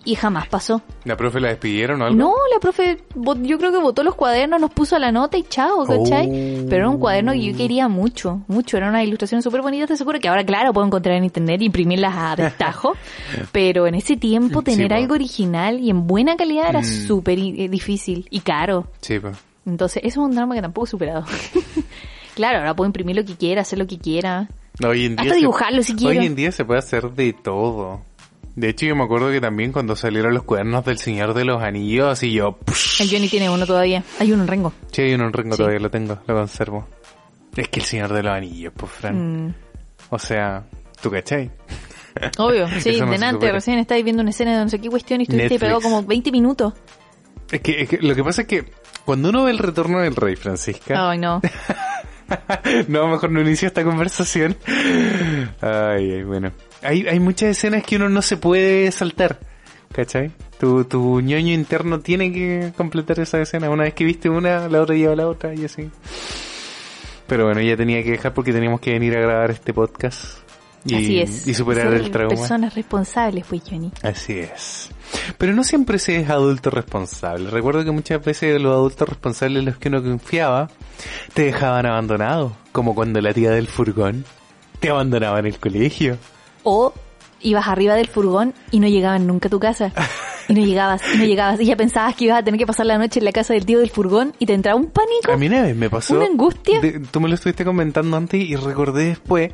Y jamás pasó. ¿La profe la despidieron o algo? No, la profe, bot- yo creo que botó los cuadernos, nos puso la nota y chao, ¿cachai? Oh. Pero era un cuaderno que yo quería mucho, mucho. Era una ilustración súper bonita, te aseguro que ahora, claro, puedo encontrar en internet y imprimirlas a destajo. pero en ese tiempo, Sí, tener po. algo original y en buena calidad era Mm. súper i- eh, difícil y caro. Sí, po. Entonces, eso es un drama que tampoco he superado. claro, ahora puedo imprimir lo que quiera, hacer lo que quiera. Hoy en día Hasta se- dibujarlo, si quiero. Hoy en día se puede hacer de todo. De hecho, yo me acuerdo que también cuando salieron los cuernos del Señor de los Anillos, así yo... psh, El Johnny tiene uno todavía. Hay uno en Rengo. Sí, hay uno en Ringo Sí. todavía, lo tengo, lo conservo. Es que el Señor de los Anillos, pues, Fran. Mm, O sea, ¿tú cachai? obvio, sí, Eso no se delante, supera. recién estáis viendo una escena de no sé qué cuestión y estuviste ahí Netflix. pegado como 20 minutos. Ah. Es que, es que lo que pasa es que cuando uno ve el retorno del rey, Francisca, Ay, no. no, mejor no inicio esta conversación. Ay, ay, bueno. Hay, hay muchas escenas que uno no se puede saltar. ¿Cachai? Tu, tu ñoño interno tiene que completar esa escena. Una vez que viste una, la otra lleva a la otra y así. Pero bueno, ya tenía que dejar porque teníamos que venir a grabar este podcast. Y, Así es. y superar Ser el trauma. Personas responsables, pues, Johnny. Así es. Pero no siempre se es adulto responsable. Recuerdo que muchas veces los adultos responsables en los que uno confiaba te dejaban abandonado. Como cuando la tía del furgón te abandonaba en el colegio. O ibas arriba del furgón y no llegaban nunca a tu casa. Y no llegabas, y no llegabas. Y ya pensabas que ibas a tener que pasar la noche en la casa del tío del furgón y te entraba un pánico. A mí una vez me pasó. Una angustia. de- tú me lo estuviste comentando antes y recordé después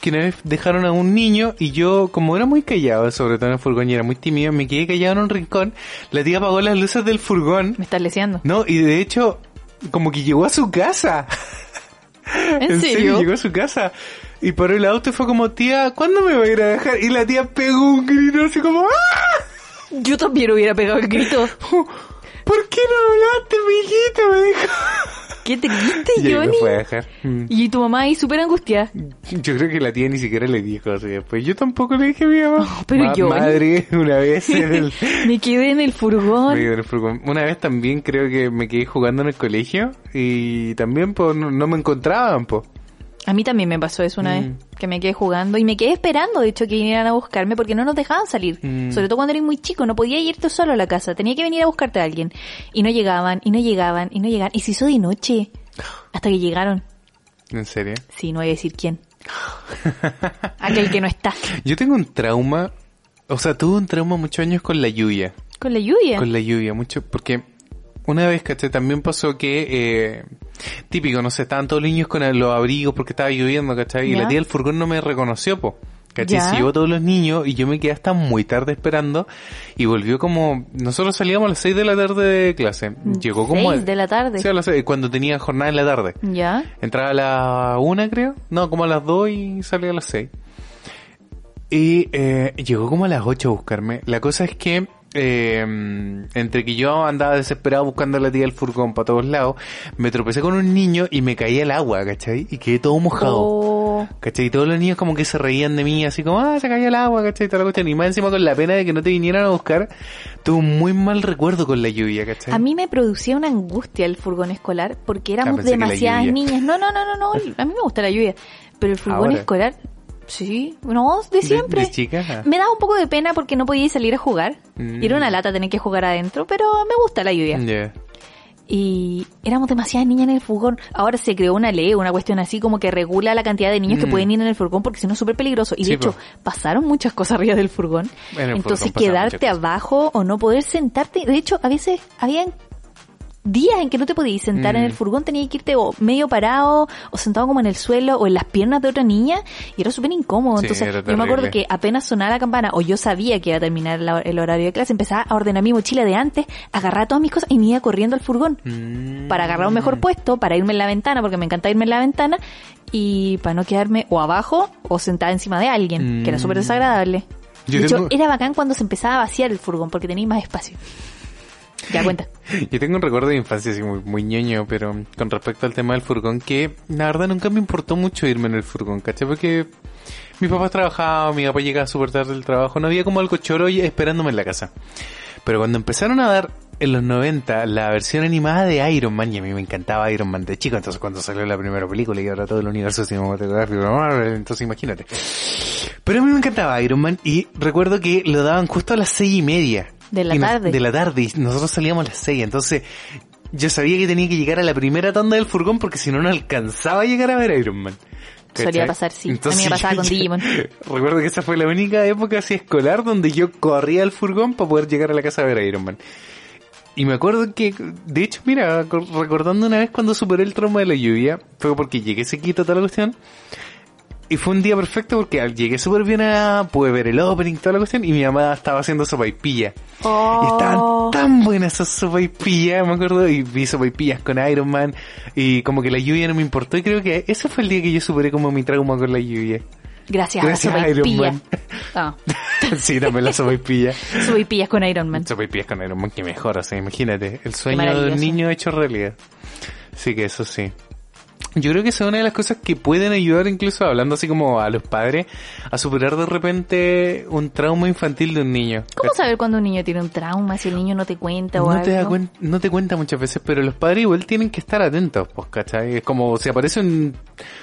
que una vez dejaron a un niño y yo, como era muy callado, sobre todo en el furgón y era muy tímido, me quedé callado en un rincón. La tía apagó las luces del furgón. Me estás leseando. No, y de hecho, como que llegó a su casa. ¿En, serio? Llegó a su casa. Y paró el auto y fue como, tía, ¿cuándo me va a ir a dejar? Y la tía pegó un grito así como, ¡ah! Yo también hubiera pegado el grito. ¿Por qué no hablaste, mijito? Me dijo. ¿Qué te quite, Y ahí me Johnny? fue a dejar. Mm. Y tu mamá ahí súper angustiada. Yo creo que la tía ni siquiera le dijo así después. Yo tampoco le dije a mi mamá. Oh, pero Ma- yo- ¿eh? Madre, una vez en el... Me quedé en el me furgón. quedé en el furgón. Una vez también creo que me quedé jugando en el colegio y también pues, no, no me encontraban, pues. A mí también me pasó eso una Mm. vez, que me quedé jugando y me quedé esperando, de hecho, que vinieran a buscarme porque no nos dejaban salir. Mm. Sobre todo cuando eres muy chico, no podía irte solo a la casa, tenía que venir a buscarte a alguien. Y no llegaban, y no llegaban, y no llegaban. Y se hizo de noche, hasta que llegaron. ¿En serio? Sí, no voy a decir quién. Aquel que no está. Yo tengo un trauma, o sea, tuve un trauma muchos años con la lluvia. Con la lluvia. Con la lluvia, mucho, porque una vez, caché, también pasó que, eh, típico, no sé, estaban todos los niños con los abrigos porque estaba lloviendo, ¿cachai? Y Ya. la tía del furgón no me reconoció, po. ¿Cachai? Ya. Se llevó a todos los niños y yo me quedé hasta muy tarde esperando y volvió como, nosotros salíamos a las 6 de la tarde de clase. Llegó como... Mm. Seis de la tarde. Sí, a las seis, cuando tenía jornada en la tarde. Ya. Entraba a las una, creo. No, como a las dos y salía a las seis. Y eh, llegó como a las ocho a buscarme. La cosa es que eh, entre que yo andaba desesperado buscando a la tía del furgón para todos lados, me tropecé con un niño y me caía el agua, ¿cachai? Y quedé todo mojado. Oh, ¿Cachai? Y todos los niños como que se reían de mí, así como, ah, se cayó el agua, ¿cachai? Toda la cuestión. Y más encima con la pena de que no te vinieran a buscar, tuve un muy mal recuerdo con la lluvia, ¿cachai? A mí me producía una angustia el furgón escolar porque éramos pensé que la demasiadas lluvia. niñas. No, no, no, no, no. A mí me gusta la lluvia. Pero el furgón Ahora. escolar, sí, no, de siempre. de chica? Me daba un poco de pena porque no podía salir a jugar. Mm. Y Era una lata tener que jugar adentro, pero me gusta la lluvia. Yeah. Y éramos demasiadas niñas en el furgón. Ahora se creó una ley, una cuestión así como que regula la cantidad de niños que Mm. pueden ir en el furgón porque si no es súper peligroso. Y Sí, de hecho, po. pasaron muchas cosas arriba del furgón. En el furgón pasaron Entonces quedarte muchas cosas. abajo o no poder sentarte. De hecho, a veces habían días en que no te podías sentar en Mm. el furgón, tenías que irte o medio parado o sentado como en el suelo o en las piernas de otra niña y era súper incómodo. Sí, Entonces era yo me acuerdo terrible. que apenas sonaba la campana o yo sabía que iba a terminar la- el horario de clase, empezaba a ordenar mi mochila de antes, agarraba todas mis cosas y me iba corriendo al furgón Mm. para agarrar un mejor puesto, para irme en la ventana, porque me encanta irme en la ventana, y para no quedarme o abajo o sentada encima de alguien, Mm. que era súper desagradable. Yo de hecho, tengo- era bacán cuando se empezaba a vaciar el furgón, porque tenía más espacio. Ya cuenta. Yo tengo un recuerdo de infancia así muy, muy ñoño, pero con respecto al tema del furgón, que la verdad nunca me importó mucho irme en el furgón, ¿cachai? Porque mis papás trabajaban, mi papá llegaba súper tarde del trabajo, no había como algo choro y- esperándome en la casa. Pero cuando empezaron a dar en los 90 la versión animada de Iron Man, y a mí me encantaba Iron Man de chico, entonces cuando salió la primera película y ahora todo el universo cinematográfico, Marvel, entonces imagínate. Pero a mí me encantaba Iron Man y recuerdo que lo daban justo a las seis y media. De la Y nos- tarde. De la tarde y nosotros salíamos a las seis, entonces yo sabía que tenía que llegar a la primera tanda del furgón porque si no, no alcanzaba a llegar a ver Iron Man. Solía ¿Cachai? pasar, sí. A mí me pasaba yo- con yo- Digimon. Recuerdo que esa fue la única época así escolar donde yo corría al furgón para poder llegar a la casa a ver a Iron Man. Y me acuerdo que, de hecho, mira, co- recordando una vez cuando superé el trauma de la lluvia, fue porque llegué sequito a toda la cuestión. Y fue un día perfecto porque al- llegué súper bien a... Pude ver el opening, toda la cuestión. Y mi mamá estaba haciendo sopaipilla. Y Oh, estaban tan buenas esas sopaipillas, me acuerdo. Y vi sopaipillas con Iron Man. Y como que la lluvia no me importó. Y creo que ese fue el día que yo superé como mi trauma con la lluvia. Gracias, a la Gracias a Iron sopaipilla. Man. Ah, sí, también la sopaipilla. sopaipillas con Iron Man. Sopaipillas con Iron Man, que mejor, o sea, imagínate. El sueño de maravilloso. un niño hecho realidad. Así que eso sí. Yo creo que esa es una de las cosas que pueden ayudar incluso hablando así como a los padres a superar de repente un trauma infantil de un niño. ¿Cómo saber cuando un niño tiene un trauma si el niño no te cuenta o No te, da algo? cuen- no te cuenta muchas veces, pero los padres igual tienen que estar atentos, pues, ¿cachai? Es como si aparece un,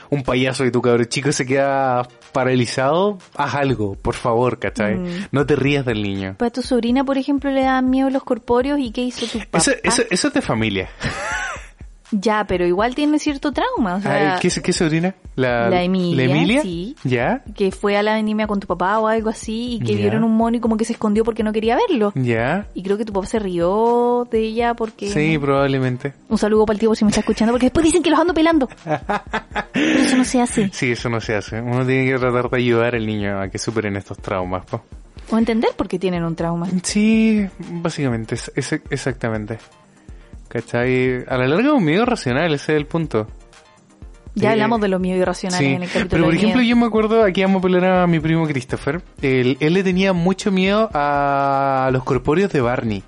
un payaso y tu cabrón chico se queda paralizado, haz algo, por favor, ¿cachai? Mm. No te rías del niño. Pues a tu sobrina, por ejemplo, le dan miedo los corpóreos y ¿qué hizo tu papá? Eso, eso, eso es de familia. Ya, pero igual tiene cierto trauma, o sea, Ay, ¿qué, ¿Qué sobrina? ¿La, la Emilia, sí. ¿Ya? que fue a la vendimia con tu papá o algo así y que Ya. Mm. vieron un mono y como que se escondió porque no quería verlo. ¿Ya? Y creo que tu papá se rió de ella porque... Sí, probablemente. Un saludo para el tío por si me está escuchando, porque después dicen que los ando pelando. Pero eso no se hace. Sí, eso no se hace. Uno tiene que tratar de ayudar al niño a que superen estos traumas, po. O entender por qué tienen un trauma. Sí, básicamente, es, es- exactamente. ¿Cachai? A la larga es un miedo racional, ese es el punto. Ya Sí. hablamos de los miedos irracionales Sí, en el capítulo pero por del ejemplo miedo. yo me acuerdo, aquí vamos a pelear a mi primo Christopher, él, él le tenía mucho miedo a los corpóreos de Barney,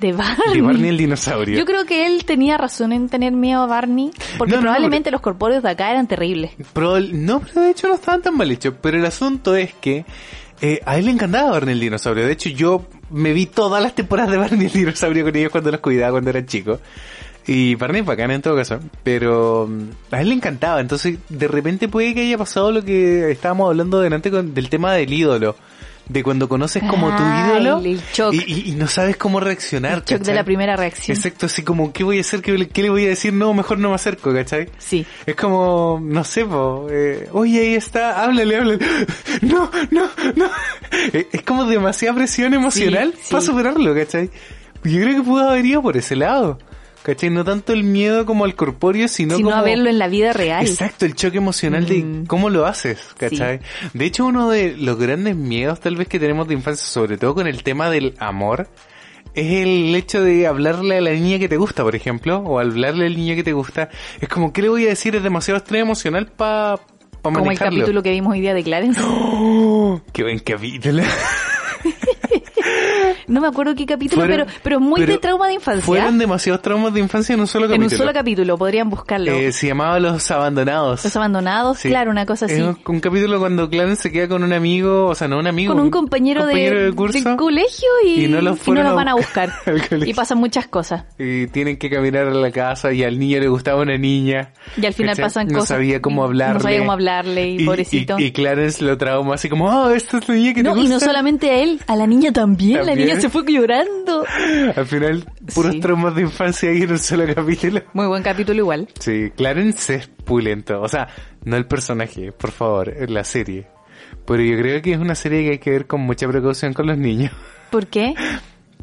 De de Barney. Barney el dinosaurio. Yo creo que él tenía razón en tener miedo a Barney, porque No, no, no, probablemente los corpóreos de acá eran terribles. Pero el- no, pero de hecho no estaban tan mal hechos. Pero el asunto es que eh, a él le encantaba Barney el dinosaurio. De hecho, yo me vi todas las temporadas de Barney el dinosaurio con ellos cuando los cuidaba cuando era chico. Y Barney es bacán en todo caso. Pero mm, a él le encantaba. Entonces, de repente puede que haya pasado lo que estábamos hablando delante con, del tema del ídolo. De cuando conoces como tu Ah, ídolo el- el shock. y, y- y no sabes cómo reaccionar. Shock de ¿cachai? la primera reacción. Exacto, así como, ¿qué voy a hacer? ¿Qué, qué le voy a decir? No, mejor no me acerco, ¿cachai? Sí. Es como, no sé, po, eh, oye, ahí está, háblale, háblale. No, no, no. Eh, Es como demasiada presión emocional Sí, sí. para superarlo, ¿cachai? Yo creo que pudo haber ido por ese lado, ¿cachai? No tanto el miedo como al corpóreo, sino sino como... a verlo en la vida real. Exacto, el choque emocional Mm. de cómo lo haces, ¿cachai? De hecho, uno de los grandes miedos tal vez que tenemos de infancia, sobre todo con el tema del amor, es el hecho de hablarle a la niña que te gusta, por ejemplo, o hablarle al niño que te gusta. Es como, ¿qué le voy a decir? Es demasiado estrés emocional para pa Como el manejarlo. capítulo que vimos hoy día de Clarence. ¡Oh! ¡Qué buen capítulo! No me acuerdo qué capítulo, Fueron- pero, pero muy de pero trauma de infancia. Fueron demasiados traumas de infancia en un solo en capítulo. un solo capítulo, podrían buscarlo. Eh, se llamaba Los Abandonados. Los abandonados, Sí. claro, una cosa Es así. un, un capítulo cuando Clarence se queda con un amigo, o sea, no un amigo. Con un compañero, de, compañero curso. del colegio y, y no los fueron a van a buscar buscar. al colegio. y pasan muchas cosas. Y tienen que caminar a la casa y al niño le gustaba una niña. Y al final ¿cachai? pasan no cosas. sabía cómo hablarle. No sabía cómo hablarle y, pobrecito. Y, y Clarence lo trauma así como, oh, esta es la niña que te no, y gusta. no solamente a él, a la niña también. La También. niña se fue llorando. Al final, puros Sí. traumas de infancia ahí en un solo capítulo. Muy buen capítulo igual. Sí, Clarence es pulento. O sea, no el personaje, por favor, la serie. Pero yo creo que es una serie que hay que ver con mucha precaución con los niños. ¿Por qué?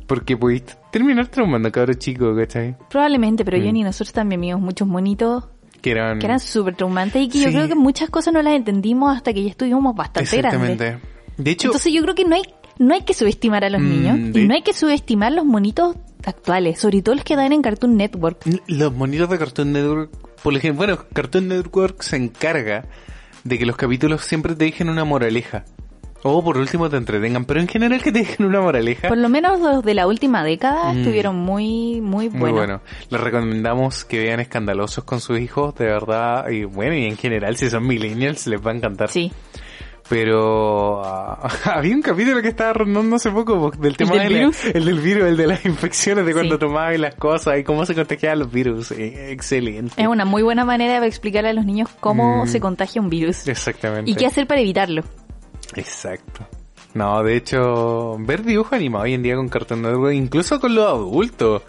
Porque pudiste terminar traumando a cabros chicos, ¿cachai? Probablemente, pero Mm. Johnny y nosotros también vimos muchos monitos Que eran... que eran súper traumantes y que yo Mm. Sí. creo que muchas cosas no las entendimos hasta que ya estuvimos bastante Exactamente. grandes. De hecho, Entonces yo creo que no hay no hay que subestimar a los Mm, niños de- y no hay que subestimar los monitos actuales, sobre todo los que dan en Cartoon Network. los monitos de Cartoon Network, por ejemplo, bueno, Cartoon Network se encarga de que los capítulos siempre te dejen una moraleja. O por último te entretengan, pero en general que te dejen una moraleja. Por lo menos los de la última década Mm. estuvieron muy muy Muy buenos. bueno. Les recomendamos que vean escandalosos con sus hijos, de verdad. Y bueno, y en general, si son millennials, les va a encantar. Sí. Pero ah, había un capítulo que estaba rondando hace poco po, del tema del de la- virus? el del virus, el de las infecciones, de cuando Sí. tomaban las cosas y cómo se contagiaban los virus. Eh, Excelente. Es una muy buena manera de explicarle a los niños cómo Mm. se contagia un virus Exactamente. y qué hacer para evitarlo. Exacto. No, de hecho, ver dibujo animado hoy en día con Cartoon Network, incluso con los adultos.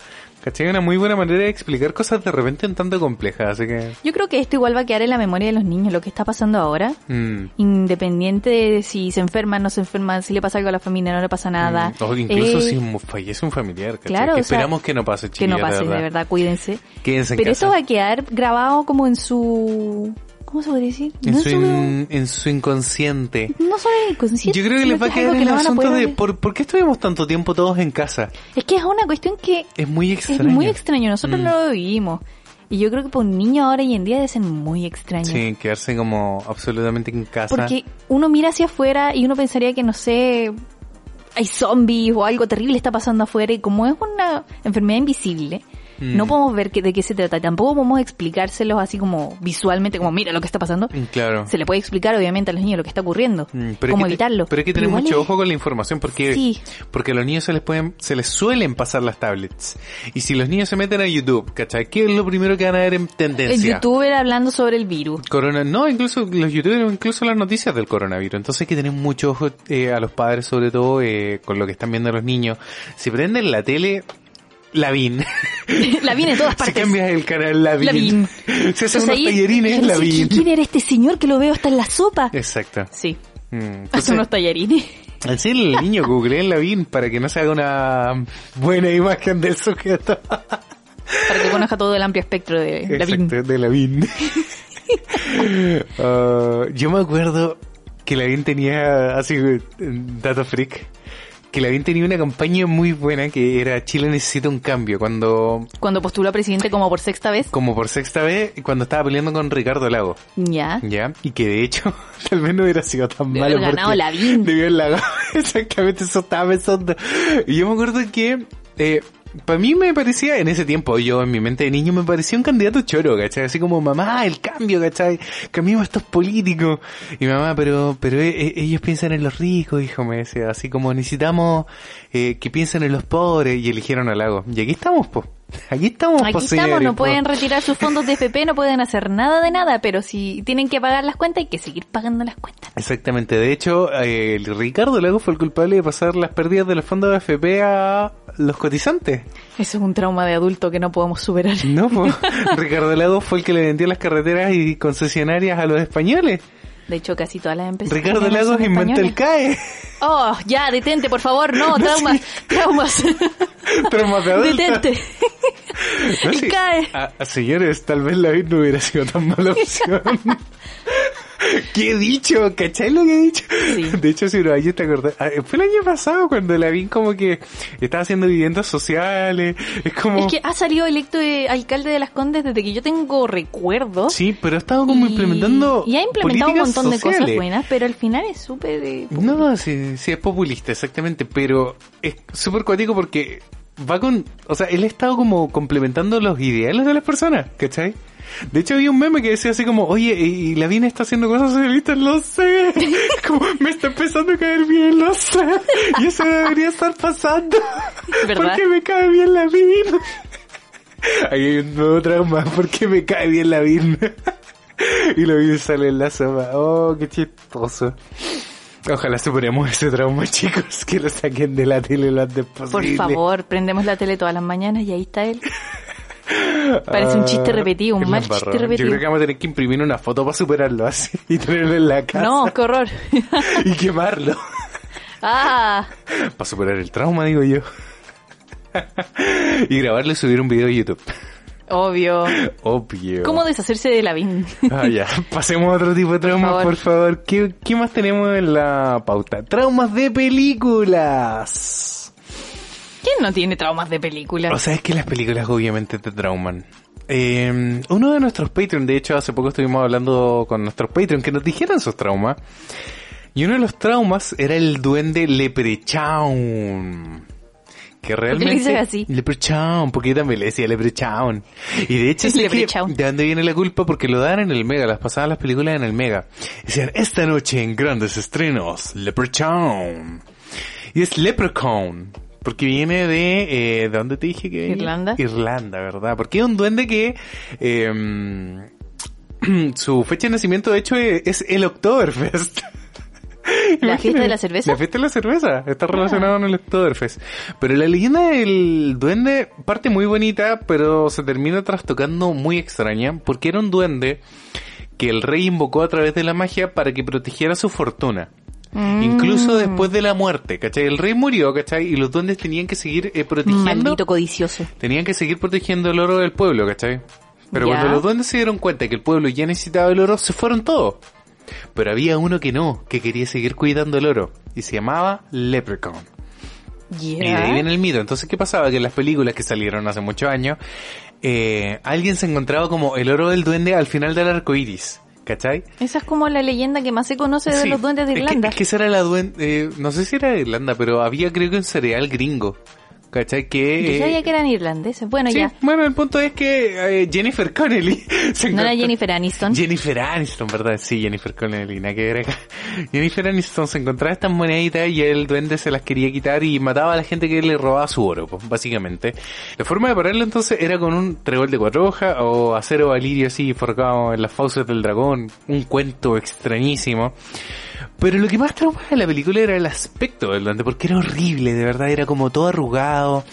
¿Cachai? Una muy buena manera de explicar cosas de repente un tanto complejas, así que... Yo creo que esto igual va a quedar en la memoria de los niños, lo que está pasando ahora. mm. Independiente de si se enferman, no se enferman, si le pasa algo a la familia, no le pasa nada. Mm, O incluso Eh, si mu- fallece un familiar, ¿cachai? claro, Que o sea, esperamos que no pase, Que no chiquillos, pase, de verdad, cuídense. Quédense en Pero casa. eso va a quedar grabado como en su... ¿Cómo se podría decir? En no, su, in- en su inconsciente. no solo en el consciente. Yo creo que sino les va a es algo quedar que el no van a asunto poder de olvidar. por, por qué estuvimos tanto tiempo todos en casa. Es que es una cuestión que Es muy extraño. es muy extraño. Nosotros Mm. no lo vivimos. Y yo creo que para un niño ahora y en día debe ser muy extraño. Sí, quedarse como absolutamente en casa. Porque uno mira hacia afuera y uno pensaría que, no sé, hay zombies o algo terrible está pasando afuera y como es una enfermedad invisible, Mm. no podemos ver que- de qué se trata, tampoco podemos explicárselos así como visualmente, como mira lo que está pasando. Mm, Claro. Se le puede explicar obviamente a los niños lo que está ocurriendo, Mm, pero hay cómo que te- evitarlo. pero hay que tener igual mucho es- ojo con la información porque, Sí. porque a los niños se les pueden, se les suelen pasar las tablets. Y si los niños se meten a YouTube, ¿cachai? ¿Qué es lo primero que van a ver en El tendencia? youtuber hablando sobre el virus. Corona, no, incluso los youtubers, incluso las noticias del coronavirus. Entonces hay que tener mucho ojo eh, a los padres, sobre todo eh, con lo que están viendo los niños. Si prenden la tele, la VIN. la viene en todas si partes. cambias el canal, la VIN. La VIN. Si haces Entonces unos ahí- tallerines, yo la decía, VIN. ¿Quién era este señor que lo veo hasta en la sopa? Exacto. Sí, Mm, hace entonces- unos tallarines. Así el niño googleé en Lavín para que no se haga una buena imagen del sujeto. Para que conozca todo el amplio espectro de la Exacto, de Lavín. Ah, yo me acuerdo que Lavín tenía, así, eh, dato freak, que Lavín tenía una campaña muy buena que era Chile necesita un cambio. Cuando, Cuando postuló a presidente como por sexta vez. como por sexta vez, cuando estaba peleando con Ricardo Lago. Ya. Ya, y que de hecho, tal vez no hubiera sido tan Debe malo. haber ganado porque Lavín. Debió haber ganado. Exactamente, eso estaba pensando. Y yo me acuerdo que, eh, para mí me parecía, en ese tiempo, yo en mi mente de niño, me parecía un candidato choro, ¿cachai? Así como, mamá, el cambio, ¿cachai? Cambiemos estos políticos. Y mi mamá, pero, pero e- e- ellos piensan en los ricos, hijo, me decía. Así como, necesitamos eh, que piensen en los pobres. Y eligieron al lago. Y aquí estamos, po. Aquí estamos, po, Aquí estamos, señores, no po. pueden retirar sus fondos de FP, no pueden hacer nada de nada, pero si tienen que pagar las cuentas, hay que seguir pagando las cuentas. Exactamente, de hecho, eh, el Ricardo Lago fue el culpable de pasar las pérdidas de los fondos de AFP a los cotizantes. Eso es un trauma de adulto que no podemos superar. No, po. Ricardo Lago fue el que le vendió las carreteras y concesionarias a los españoles. De hecho, casi todas las empresas. Ricardo italianas Lagos son inventó el españolas. CAE. Oh, ya, detente, por favor, no, traumas, traumas. Traumas de adulto. detente. No, El sí. CAE. Ah, ah, señores, tal vez la vida no hubiera sido tan mala opción. ¿Qué he dicho? ¿Cachai lo que he dicho? Sí. De hecho, si no, ahí te acordás. ah, Fue el año pasado cuando la vi como que estaba haciendo viviendas sociales. Es como... Es que ha salido electo eh, alcalde de Las Condes desde que yo tengo recuerdos. Sí, pero ha estado como oh, Y- implementando. Y ha implementado un políticas montón de cosas sociales. buenas, pero al final es súper. eh, No, sí, sí, es populista, exactamente, pero es súper cuático porque va con. O sea, él ha estado como complementando los ideales de las personas, ¿cachai? De hecho, había un meme que decía así como, oye, y y Lavín está haciendo cosas socialistas, lo sé. Como, me está empezando a caer bien, lo sé. Y eso debería estar pasando. ¿Verdad? Porque me cae bien Lavín. Ahí hay un nuevo trauma, porque me cae bien Lavín. Y lo vi sale en la sopa. Oh, qué chistoso. Ojalá superemos ese trauma, chicos, que lo saquen de la tele lo antes Por posible. favor, prendemos la tele todas las mañanas y ahí está él. Parece un chiste Ah, repetido, un qué mal embarrado. Yo chiste creo que repetido. vamos a tener que imprimir una foto para superarlo así y tenerlo en la casa No, qué horror. y quemarlo. ah, Para superar el trauma, digo yo. y grabarlo y subir un video a YouTube. obvio. Obvio. ¿Cómo deshacerse de Lavín? Ah, ya. Pasemos a otro tipo de traumas, favor. por favor. ¿Qué, qué más tenemos en la pauta? Traumas de películas. ¿Quién no tiene traumas de película? O sea, es que las películas obviamente te trauman. Eh, uno de nuestros Patreon, de hecho, hace poco estuvimos hablando con nuestros Patreon que nos dijeran sus traumas. Y uno de los traumas era el duende Leprechaun. Que le realmente. dices así? Leprechaun, porque yo también le decía Leprechaun. Y de hecho, Es sé que- Leprechaun. ¿de dónde viene la culpa? Porque lo dan en el Mega, las pasaban las películas en el Mega. Decían, esta noche en grandes estrenos, Leprechaun. Y es Leprechaun. Porque viene de... Eh, ¿De dónde te dije que venía? Irlanda. Irlanda, ¿verdad? Porque es un duende que... eh, su fecha de nacimiento, de hecho, es, es el Oktoberfest. ¿La fiesta de la Imagínate, cerveza? Ah. La fiesta de la cerveza. Está relacionado con el Oktoberfest. Pero la leyenda del duende parte muy bonita, pero se termina trastocando muy extraña, porque era un duende que el rey invocó a través de la magia para que protegiera su fortuna. Mm, Incluso después de la muerte, ¿cachai? El rey murió, ¿cachai? Y los duendes tenían que seguir eh, protegiendo. Maldito codicioso. Tenían que seguir protegiendo el oro del pueblo, ¿cachai? Pero Ya. cuando los duendes se dieron cuenta que el pueblo ya necesitaba el oro, se fueron todos. Pero había uno que no, que quería seguir cuidando el oro. Y se llamaba Leprechaun. Y de ahí Ya. viene el mito. Entonces, ¿qué pasaba? Que en las películas que salieron hace muchos años, eh, alguien se encontraba como el oro del duende al final del arco iris. ¿Cachai? Esa es como la leyenda que más se conoce de Sí. los duendes de Es que- Irlanda. eh, Es que, esa era la duende, no sé si era de Irlanda, pero había creo que un cereal gringo. ¿Cachai? Que... eh, Yo sabía que eran irlandeses. Bueno, Sí, ya. bueno, el punto es que eh, Jennifer Connelly se No era encontró- Jennifer Aniston. Jennifer Aniston, ¿verdad? Sí, Jennifer Connelly, nada que ver acá. Jennifer Aniston se encontraba estas moneditas y el duende se las quería quitar y mataba a la gente que le robaba su oro, pues, básicamente. La forma de pararlo entonces era con un trébol de cuatro hojas o acero valirio así forjado en las fauces del dragón, un cuento extrañísimo. Pero lo que más trauma de la película era el aspecto del duende, porque era horrible, de verdad, era como todo arrugado.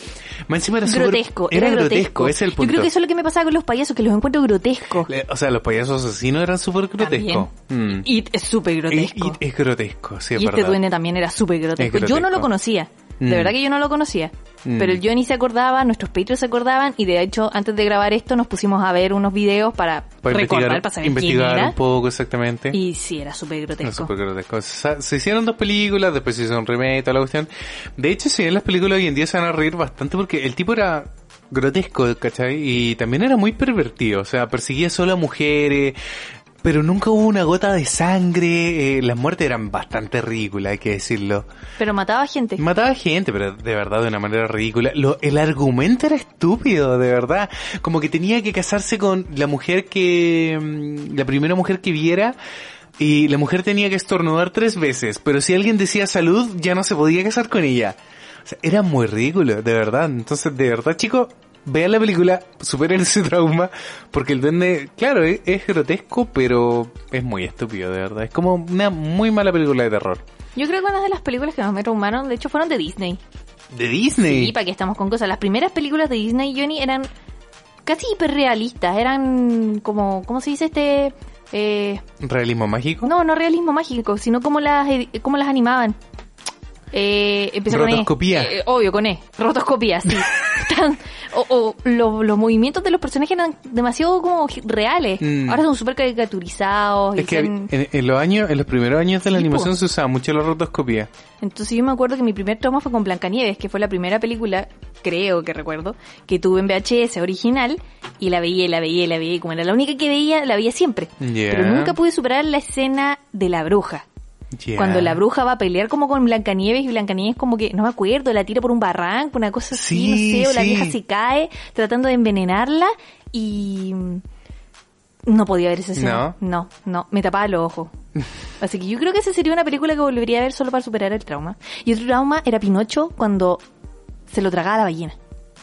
Más encima era súper- grotesco. Era, grotesco. ese es el punto. Yo creo que eso es lo que me pasaba con los payasos, que los encuentro grotescos. Le- O sea, los payasos asesinos eran súper grotescos. También. Mm. Y es súper grotesco. Y- y- es grotesco, sí, es Y este verdad. duende también era súper grotesco. Es Yo no grotesco. lo conocía. De Mm. verdad que yo no lo conocía. Mm. Pero el Johnny se acordaba, nuestros Patreons se acordaban y de hecho antes de grabar esto nos pusimos a ver unos videos para, Para recordar, investigar, para saber investigar quién era. un poco exactamente. Y sí, era súper grotesco. No, súper grotesco. Sa- Se hicieron dos películas, después se hizo un remake, toda la cuestión. De hecho, si ven las películas hoy en día se van a reír bastante porque el tipo era grotesco, ¿cachai? Y también era muy pervertido, o sea, perseguía solo a mujeres, pero nunca hubo una gota de sangre, eh, las muertes eran bastante ridículas, hay que decirlo. Pero mataba gente. Mataba gente, pero de verdad de una manera ridícula. Lo- el argumento era estúpido, de verdad. Como que tenía que casarse con la mujer que... mm, La primera mujer que viera. Y la mujer tenía que estornudar tres veces. Pero si alguien decía salud, ya no se podía casar con ella. O sea, era muy ridículo, de verdad. Entonces, de verdad, chicos, vean la película, superen ese trauma. Porque el duende, claro, es, es grotesco, pero es muy estúpido, de verdad. Es como una muy mala película de terror. Yo creo que una de las películas que más me traumaron, de hecho, fueron de Disney. De Disney. Y para que estamos con cosas. Las primeras películas de Disney, Johnny, eran casi hiperrealistas. Eran como, ¿cómo se dice este? Eh, ¿Realismo mágico? no, no realismo mágico, sino como las, ed- cómo las animaban. Eh, empezó con E. Rotoscopía. Eh, obvio, con E. Rotoscopía, sí. Tan- o o lo- los movimientos de los personajes eran demasiado como reales. Mm. Ahora son súper caricaturizados. y Es que eh. son- en, en los años, en los primeros años de la Sí, animación po. se usaba mucho la rotoscopía. Entonces yo me acuerdo que mi primer trauma fue con Blancanieves, que fue la primera película, creo que recuerdo, que tuve en VHS original y la veía, y la veía, y la veía, y como era la única que veía, la veía siempre. Yeah. Pero nunca pude superar la escena de la bruja. Ya. Cuando la bruja va a pelear como con Blancanieves y Blancanieves como que, no me acuerdo, la tira por un barranco, una cosa así, Sí, no sé, o la sí. vieja se cae tratando de envenenarla y mm, no podía ver esa escena. No, no, me tapaba los ojos. Así que yo creo que esa sería una película que volvería a ver solo para superar el trauma. Y otro trauma era Pinocho cuando se lo tragaba la ballena.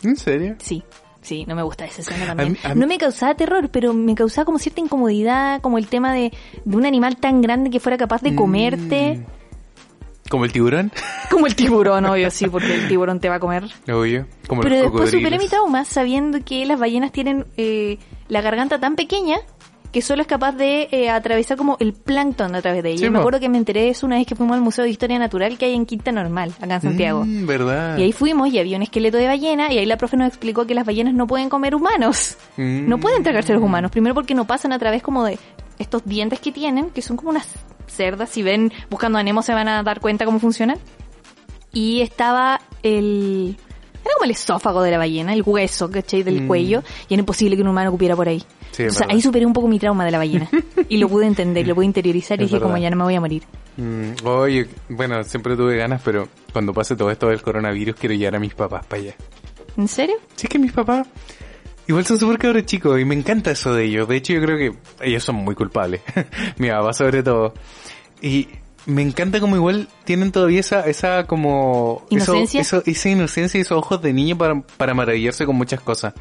¿En serio? Sí, sí, no me gusta esa escena también. mí- a mí- No me causaba terror, pero me causaba como cierta incomodidad, como el tema de, de un animal tan grande que fuera capaz Mm. de comerte. ¿Como el tiburón? Como el tiburón, obvio, sí, porque el tiburón te va a comer. Obvio. Como Pero los después cocodrilos. superé mi trauma sabiendo que las ballenas tienen eh, la garganta tan pequeña que solo es capaz de eh, atravesar como el plancton a través de ella. Sí, Yo po. me acuerdo que me enteré de eso una vez que fuimos al Museo de Historia Natural que hay en Quinta Normal, acá en Santiago. Mm, ¿Verdad? Y ahí fuimos y había un esqueleto de ballena y ahí la profe nos explicó que las ballenas no pueden comer humanos. Mm. No pueden tragarse los humanos. Primero porque no pasan a través como de estos dientes que tienen, que son como unas cerdas. Si ven buscando a Nemo se van a dar cuenta cómo funcionan. Y estaba el... Era como el esófago de la ballena, el hueso, ¿cachai? Del Mm. cuello. Y era imposible que un humano cupiera por ahí. Sí, es o sea, verdad. ahí superé un poco mi trauma de la ballena. y lo pude entender, lo pude interiorizar y Es dije, como verdad. ya no me voy a morir. Mm, Oye, bueno, siempre tuve ganas, pero cuando pase todo esto del coronavirus quiero llevar a mis papás para allá. ¿En serio? Sí, es que mis papás igual son súper cabros chicos y me encanta eso de ellos. De hecho, yo creo que ellos son muy culpables. Mi papá sobre todo. Y me encanta como igual tienen todavía esa, esa como... eso- ¿Inocencia? eso- esa inocencia y esos ojos de niño para, para maravillarse con muchas cosas.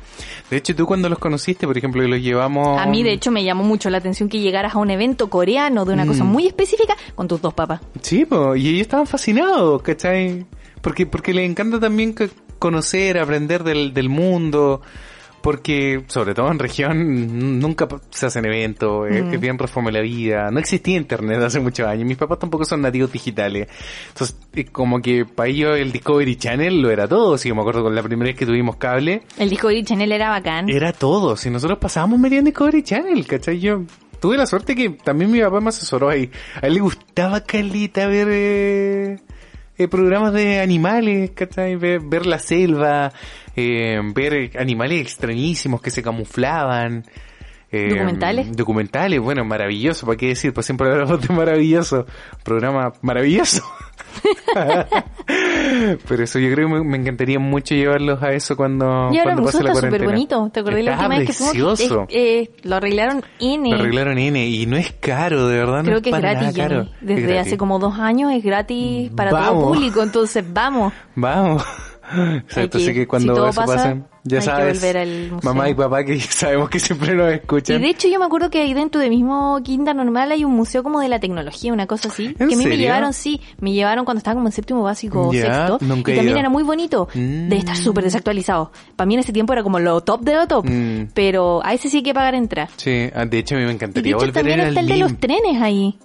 De hecho, tú cuando los conociste, por ejemplo, que los llevamos... A mí, de hecho, me llamó mucho la atención que llegaras a un evento coreano de una cosa Mm. muy específica con tus dos papás. Sí, po, y ellos estaban fascinados, ¿cachai? Porque, porque les encanta también c- conocer, aprender del, del mundo, porque sobre todo en región n- nunca pa- se hacen eventos, es, Mm. es bien reforma la vida, no existía internet hace muchos años, mis papás tampoco son nativos digitales, entonces eh, como que para ellos el Discovery Channel lo era todo, si yo me acuerdo con la primera vez que tuvimos cable, El disco de Chanel era bacán. era todo. Si nosotros pasábamos media en Discovery Channel, ¿cachai? Yo tuve la suerte que también mi papá me asesoró ahí. A él le gustaba calita ver eh, eh, programas de animales, ¿cachai? Ver, ver la selva, eh, ver animales extrañísimos que se camuflaban. eh, ¿Documentales? Documentales, bueno, maravilloso, ¿para qué decir? Pues siempre hablamos de maravilloso. Programa maravilloso. Pero eso yo creo que me, me encantaría mucho llevarlos a eso cuando, Y ahora el cuando museo pase la está súper cuarentena. bonito. ¿Te acordás la Está última vez que fuimos? precioso. Es- eh, lo arreglaron N. Lo arreglaron N y no es caro, de verdad. no Creo que es para gratis, nada caro. Johnny. Desde Es gratis. Mm, hace como dos años es gratis para todo Vamos. público, entonces vamos. Vamos. Exacto, que- así que cuando si todo eso pasa, pase, ya hay que sabes, volver al museo. mamá y papá que sabemos que siempre nos Y escuchan. de hecho yo me acuerdo que ahí dentro de mismo Quinta Normal hay un museo como de la tecnología, una cosa así. Que a mí me serio? llevaron, sí, me llevaron cuando estaba como en séptimo básico o Ya, sexto. nunca y he también ido. era muy bonito. Mm. Debe estar súper desactualizado. Para mí en ese tiempo era como lo top de lo top. Mm. Pero a ese sí hay que pagar entrar. Sí, ah, de hecho a mí me Y de encantaría hecho volver también a ir está al el de los LIM. trenes ahí.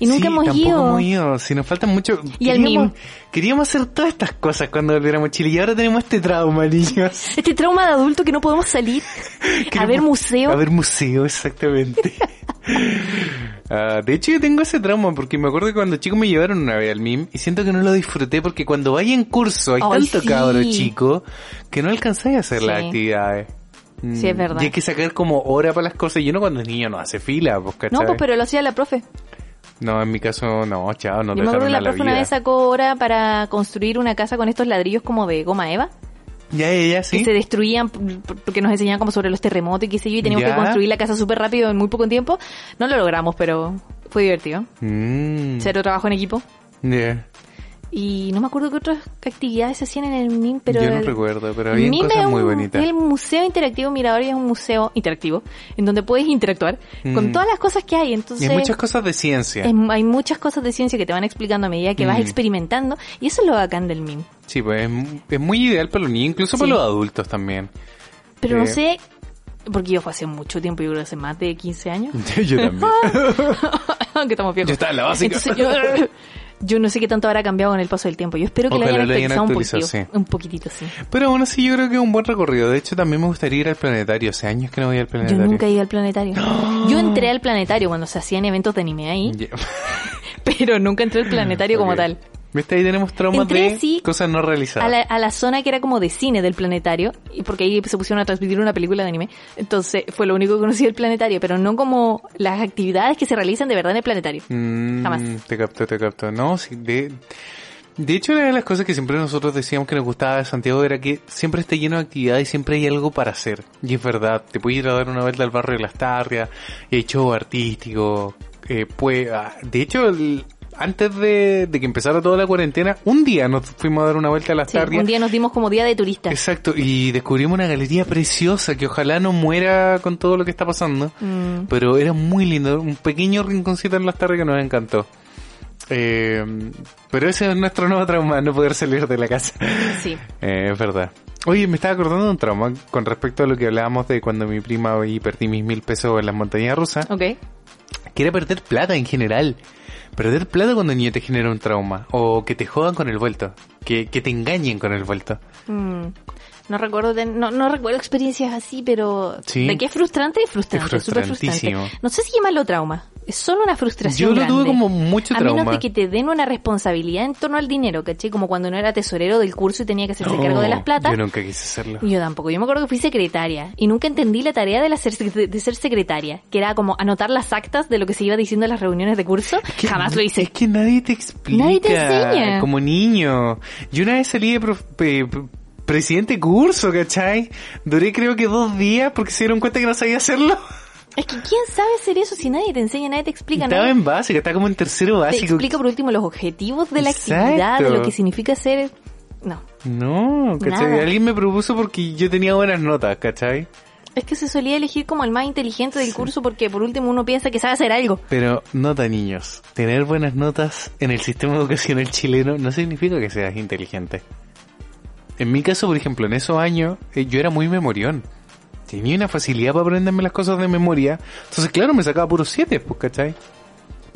Y nunca sí, hemos tampoco ido. hemos ido. Si nos falta mucho. Y al queríamos, mismo- queríamos hacer todas estas cosas cuando volviéramos a Chile y ahora tenemos este trauma, niños. Este trauma de adulto que no podemos salir a ver Queremos- museo. A ver museo, exactamente. Ah, de hecho yo tengo ese trauma porque me acuerdo que cuando chico me llevaron una vez al MIM y siento que no lo disfruté porque cuando vaya en curso hay Ay, tanto sí. cabro chico que no alcanzáis a hacer las Sí. actividades. Mm, Sí, es verdad. Y hay que sacar como hora para las cosas y uno cuando es niño no hace fila, pues, no, ¿cachai? pues pero lo hacía la profe. No, en mi caso no, chao, no Yo me acuerdo dejaron que a la la profe una vida. vez sacó hora para construir una casa con estos ladrillos como de goma eva, Ya, ya, ya, sí. que se destruían p- p- porque nos enseñaban como sobre los terremotos y qué sé yo, y teníamos Ya. que construir la casa súper rápido en muy poco tiempo. No lo logramos, pero fue divertido. Mm, Cero trabajo en equipo. ya. Y no me acuerdo qué otras actividades se hacían en el MIM, pero... Yo no el- recuerdo, pero había MIM cosas es muy un- bonitas. El Museo Interactivo Mirador es un museo interactivo en donde puedes interactuar con Mm. todas las cosas que hay. Y Entonces, hay muchas cosas de ciencia. es- hay muchas cosas de ciencia que te van explicando a medida que vas Mm. experimentando. Y eso es lo bacán del MIM. Sí, pues es, mu- es muy ideal para los niños, incluso para Sí. los adultos también. Pero no Eh. sé, porque yo fue hace mucho tiempo, yo creo que hace más de 15 años, Yo también. aunque estamos viejos. Yo estaba en Mm. la básica. Entonces yo, yo no sé qué tanto habrá cambiado con el paso del tiempo. Yo espero que Ojalá lo hayan lo hayan actualizado un poquitito. actualizado, sí. Un poquitito, sí. Pero aún así yo creo que es un buen recorrido. De hecho, también me gustaría ir al planetario. Hace años que no voy al Yo planetario. nunca he ido al planetario. Yo entré al planetario cuando se hacían eventos de anime ahí, Ya. pero nunca entré al planetario como Ok. tal. ¿Viste? Ahí tenemos traumas Entré, de sí, cosas no realizadas. A la, a la zona que era como de cine del planetario, y porque ahí se pusieron a transmitir una película de anime. Entonces fue lo único que conocí del planetario, pero no como las actividades que se realizan de verdad en el planetario. Mm, Jamás. Te capto, te capto. No, sí, de, de hecho, una de las cosas que siempre nosotros decíamos que nos gustaba de Santiago era que siempre está lleno de actividades y siempre hay algo para hacer. Y es verdad, te puedes ir a dar una vuelta al barrio de las Tarrias, y hay show artístico, eh, pues, ah, de hecho, el- antes de, de que empezara toda la cuarentena, un día nos fuimos a dar una vuelta a las Sí, Tarrias. un día nos dimos como día de turistas. Exacto, y descubrimos una galería preciosa que ojalá no muera con todo lo que está pasando. Mm. Pero era muy lindo, un pequeño rinconcito en las tardes que nos encantó. Eh, pero ese es nuestro nuevo trauma, no poder salir de la casa. Sí. Eh, es verdad. Oye, me estaba acordando de un trauma con respecto a lo que hablábamos de cuando mi prima y perdí mis mil pesos en las montañas rusas. Ok. Que era perder plata en general. Perder plata cuando niño te genera un trauma. O que te jodan con el vuelto. Que, que te engañen con el vuelto. Mm. No recuerdo ten- no, no recuerdo experiencias así, pero Sí. de que es frustrante, es frustrante, Es súper frustrante. frustrantísimo. No sé si llamarlo trauma, es solo una frustración Yo lo grande. tuve como mucho a trauma. menos de que te den una responsabilidad en torno al dinero, ¿caché? Como cuando no era tesorero del curso y tenía que hacerse cargo de las No, plata. Yo nunca quise hacerlo. Yo tampoco. Yo me acuerdo que fui secretaria y nunca entendí la tarea de, la ser, de ser secretaria, que era como anotar las actas de lo que se iba diciendo en las reuniones de curso. que- Jamás lo hice. Es que nadie te explica. Nadie te enseña. Como niño. Yo una vez salí de prof- pe- pe- presidente de curso, ¿cachai? Duré creo que dos días porque se dieron cuenta que no sabía hacerlo. Es que quién sabe hacer eso si nadie te enseña, nadie te explica estaba nadie- en básica, estaba como en tercero Te básico. explica por último los objetivos de la Exacto. actividad, de lo que significa ser... No, No, ¿cachai? Nada. Alguien me propuso porque yo tenía buenas notas, ¿cachai? es que se solía elegir como el más inteligente del curso porque por último uno piensa que sabe hacer algo. Pero nota niños, tener buenas notas en el sistema educacional chileno no significa que seas inteligente. En mi caso, por ejemplo, en esos años eh, yo era muy memorión. Tenía una facilidad para aprenderme las cosas de memoria. Entonces, claro, me sacaba puros 7, pues, ¿cachai?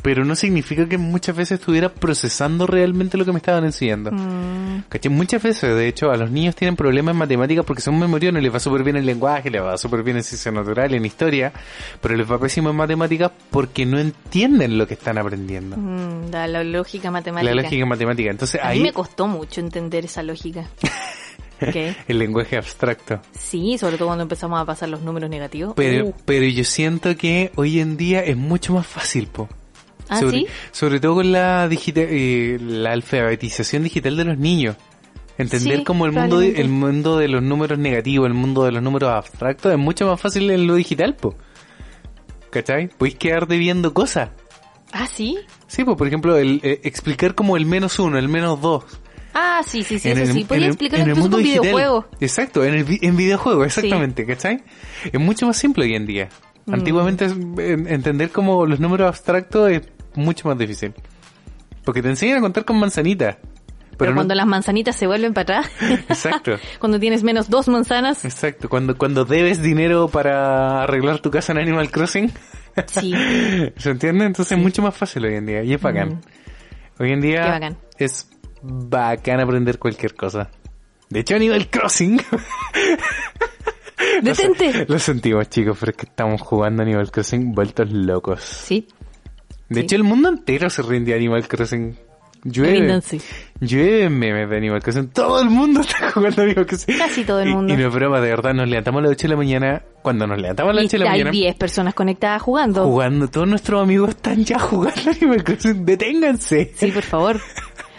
Pero no significa que muchas veces estuviera procesando realmente lo que me estaban enseñando. Mm, ¿Cachai? Muchas veces, de hecho, a los niños tienen problemas en matemáticas porque son memoriones, les va súper bien en lenguaje, les va súper bien en ciencia natural, en historia, pero les va pésimo en matemáticas porque no entienden lo que están aprendiendo. mm, da la lógica matemática. La lógica matemática. Entonces A mí ahí me costó mucho entender esa lógica. Ok. el lenguaje abstracto. Sí, sobre todo cuando empezamos a pasar los números negativos. Pero, Uh, pero yo siento que hoy en día es mucho más fácil, po. ¿Ah, sobre, sí? sobre todo con la, digita- eh, la alfabetización digital de los niños. Entender Sí, como el mundo, de- probablemente. el mundo de los números negativos, el mundo de los números abstractos, es mucho más fácil en lo digital, po. ¿Cachai? Podéis quedarte viendo cosas. Ah, sí. Sí, pues, por ejemplo, el, eh, explicar como el menos uno, el menos dos. Ah, sí, sí, sí, En eso el- sí. Podría en el- explicarlo en el incluso mundo con digital. videojuegos. Exacto, en, el, vi- en videojuegos, exactamente, ¿cachai? Es mucho más simple hoy en día. Mm. Antiguamente es- en- entender como los números abstractos es mucho más difícil. Porque te enseñan a contar con manzanitas. Pero, Pero, no- cuando las manzanitas se vuelven para atrás. Exacto. cuando tienes menos dos manzanas. Exacto, cuando, cuando debes dinero para arreglar tu casa en Animal Crossing, Sí. ¿se entiende? Entonces es mucho más fácil hoy en día y es bacán. Hoy en día Qué Mm. bacán. es bacán aprender cualquier cosa. De hecho, Animal Crossing, ¡Detente! lo sentimos chicos, pero es que estamos jugando a Animal Crossing vueltos locos. Sí. De Sí. hecho, el mundo entero se rinde a Animal Crossing. Llueve, Ríndanse. llueve memes de Animal Crossing. Todo el mundo está jugando a Animal Crossing. Casi todo el Y- mundo. Y, no es broma, de verdad, nos levantamos a las 8 de la mañana. Cuando nos levantamos a las 8 de Y la hay mañana, 10 personas conectadas jugando. jugando, todos nuestros amigos están ya jugando a Animal Crossing. Deténganse. Sí, por favor.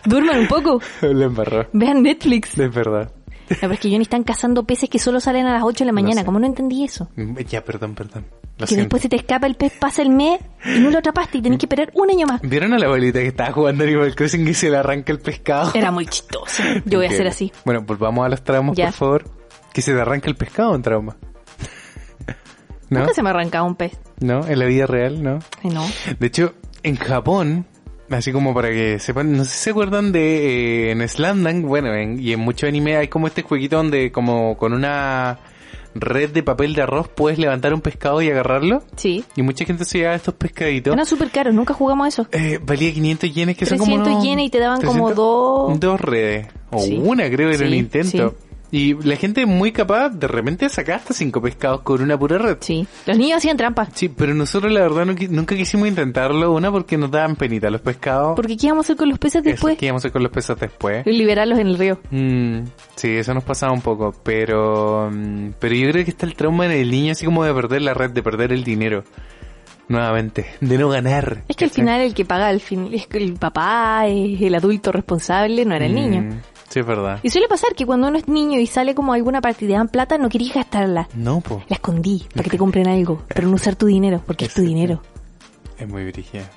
Duerman un poco. Lo embarró. Vean Netflix. Es verdad. La verdad es que Johnny están cazando peces que solo salen a las 8 de la No mañana. sé. ¿Cómo no entendí eso? Ya, perdón, perdón. Lo que siento. después se te escapa el pez, pasa el mes y no lo atrapaste y tenés que esperar un año más. ¿Vieron a la abuelita que estaba jugando a Animal Crossing y se le arranca el pescado? Era muy chistoso. Yo voy a Ok. hacer así. Bueno, volvamos a los traumas, Ya. por favor. Que se te arranca el pescado en trauma. ¿No? Nunca se me arrancaba un pez. ¿No? En la vida real, ¿no? Ay, No. De hecho, en Japón, así como para que sepan, no sé si se acuerdan de eh, en Slandan, bueno, en- y en muchos anime hay como este jueguito donde como con una red de papel de arroz puedes levantar un pescado y agarrarlo. Sí. Y mucha gente se llevaba estos pescaditos. Eran súper caros, nunca jugamos a eso. Eh, valía 500 yenes, que son como 300 unos- yenes y te daban como 300 dos- Dos redes. O Sí. una, creo, era Sí, un intento. Y la gente es muy capaz, de repente saca hasta cinco pescados con una pura red. Sí. Los niños hacían trampa. Sí, pero nosotros la verdad no qui- nunca quisimos intentarlo. Una, porque nos daban penita los pescados. Porque ¿qué íbamos a hacer con los peces Eso, después? ¿Qué íbamos a hacer con los pesos después? Y liberarlos en el río. Mm, sí, eso nos pasaba un poco. Pero, mm, pero yo creo que está el trauma en el niño, así como de perder la red, de perder el dinero. Nuevamente, de no ganar. Es que al ¿cachai? final el que paga el, fin, es que el papá, es el adulto responsable, no era el Mm, niño. Sí, es verdad. Y suele pasar que cuando uno es niño y sale como a alguna parte y te dan plata, no querías gastarla. No, po. La escondí para que te compren algo, pero no usar tu dinero, porque es tu dinero. Es muy brígida.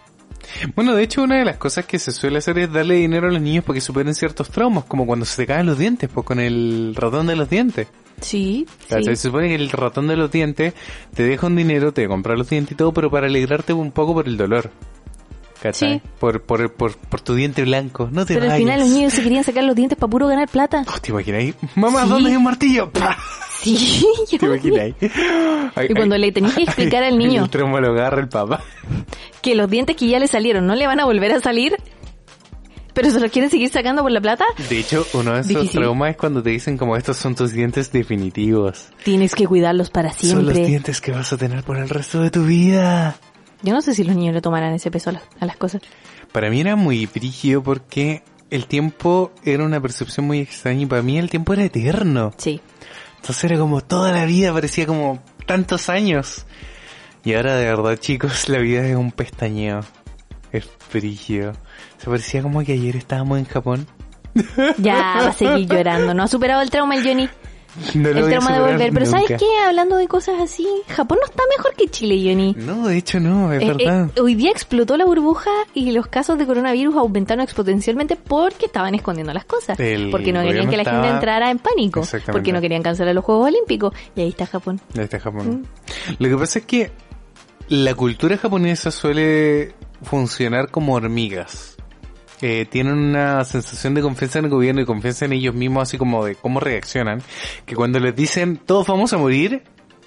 Bueno, de hecho, una de las cosas que se suele hacer es darle dinero a los niños para que superen ciertos traumas, como cuando se te caen los dientes, pues con el ratón de los dientes. Sí, ¿Cachai? sí. Se supone que el ratón de los dientes te deja un dinero, te compra los dientes y todo, pero para alegrarte un poco por el dolor. ¿Cachai? Sí. Por, por, por, por tu diente blanco. No te Pero al vayas. final los niños se querían sacar los dientes para puro ganar plata. Oh, ¿Te imagináis? Mamá, Sí. ¿dónde hay un martillo? ¡Pah! Sí, ¿Te imagináis? Ay, Y cuando le tenías que explicar al niño. El trauma lo agarra el papá. que los dientes que ya le salieron no le van a volver a salir, pero se los quieren seguir sacando por la plata. De hecho, uno de esos Difícil. traumas es cuando te dicen como estos son tus dientes definitivos. Tienes que cuidarlos para Son los siempre. dientes que vas a tener por el resto de tu vida. Yo no sé si los niños le tomarán ese peso a las, a las cosas. Para mí era muy brígido porque el tiempo era una percepción muy extraña y para mí el tiempo era eterno. Sí. Entonces era como toda la vida, parecía como tantos años. Y ahora de verdad chicos, la vida es un pestañeo. Es brígido. Se parecía como que ayer estábamos en Japón. Ya va a seguir llorando. No ha superado el trauma el Johnny. No lo voy el a trauma de superar volver. Pero ¿sabes nunca. qué? Hablando de cosas así, Japón no está mejor que Chile, Johnny. No, de hecho no, es Eh, verdad. eh, hoy día explotó la burbuja y los casos de coronavirus aumentaron exponencialmente porque estaban escondiendo las cosas. El porque no querían gobierno que la gente estaba- entrara en pánico. Exactamente. Porque no querían cancelar los Juegos Olímpicos. Y ahí está Japón. Ahí está Japón. Lo que pasa es que la cultura japonesa suele funcionar como hormigas. Eh, tienen una sensación de confianza en el gobierno y confianza en ellos mismos, así como de cómo reaccionan, que cuando les dicen todos vamos a morir,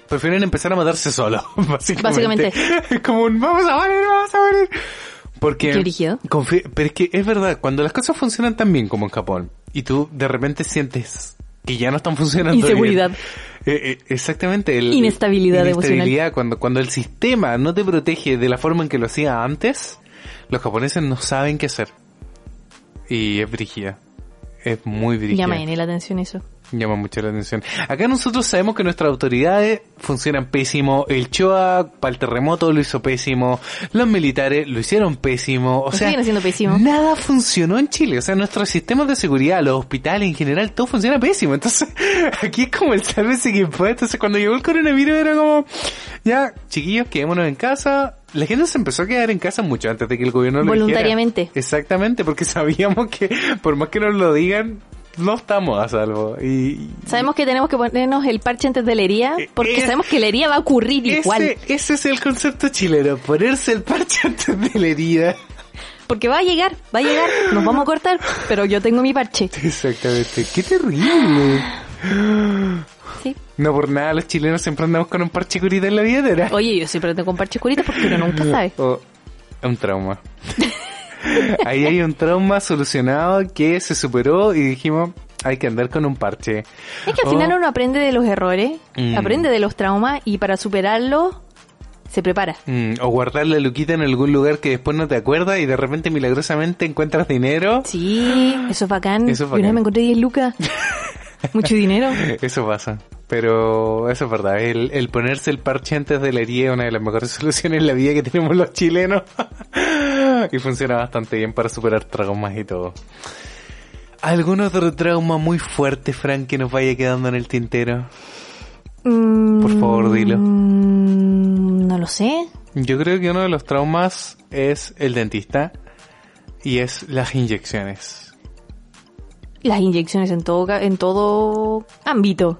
prefieren empezar a matarse solos, básicamente. Básicamente. Es como un vamos a morir, vamos a morir. Porque Qué brígido. Confi- pero es que es verdad, cuando las cosas funcionan tan bien como en Japón, y tú de repente sientes que ya no están funcionando bien. Inseguridad. Eh, eh, exactamente. El, Inestabilidad inestabilidad, Cuando, cuando el sistema no te protege de la forma en que lo hacía antes, los japoneses no saben qué hacer. Y es brígida. Es muy brígida. Llama me viene la atención eso. Llama mucho la atención. Acá nosotros sabemos que nuestras autoridades funcionan pésimo. El Choa para el terremoto lo hizo pésimo. Los militares lo hicieron pésimo. O Lo sea, siguen haciendo pésimo. nada funcionó en Chile. O sea, nuestros sistemas de seguridad, los hospitales en general, todo funciona pésimo. Entonces, aquí es como el sálvese que puede. Entonces, cuando llegó el coronavirus era como, ya, chiquillos, quedémonos en casa. La gente se empezó a quedar en casa mucho antes de que el gobierno lo dijera. Voluntariamente. Exactamente, porque sabíamos que, por más que nos lo digan, no estamos a salvo. Y, Sabemos que tenemos que ponernos el parche antes de la herida, Eh, porque eh, sabemos que la herida va a ocurrir igual. Ese, ese es el concepto chileno, ponerse el parche antes de la herida. Porque va a llegar, va a llegar, nos vamos a cortar, pero yo tengo mi parche. Exactamente, qué terrible. Sí. No por nada los chilenos siempre andamos con un parche curita en la billetera. Oye, yo siempre tengo un parche oscurito porque uno nunca sabe. O un trauma. Ahí hay un trauma solucionado que se superó y dijimos, hay que andar con un parche. Es que al O- final uno aprende de los errores, Oh. Mm. aprende de los traumas y para superarlos se prepara. Mm, o guardar la luquita en algún lugar que después no te acuerdas y de repente milagrosamente encuentras dinero. Sí, eso es bacán. Eso es Yo bacán. me encontré 10 lucas. Mucho dinero. Eso pasa. Pero eso es verdad. El, el ponerse el parche antes de la herida es una de las mejores soluciones en la vida que tenemos los chilenos. y funciona bastante bien para superar traumas y todo. ¿Algún otro trauma muy fuerte, Frank, que nos vaya quedando en el tintero? Por favor, dilo. Mm, No lo sé. Yo creo que uno de los traumas es el dentista y es las inyecciones. Las inyecciones en todo, ca- en todo ámbito.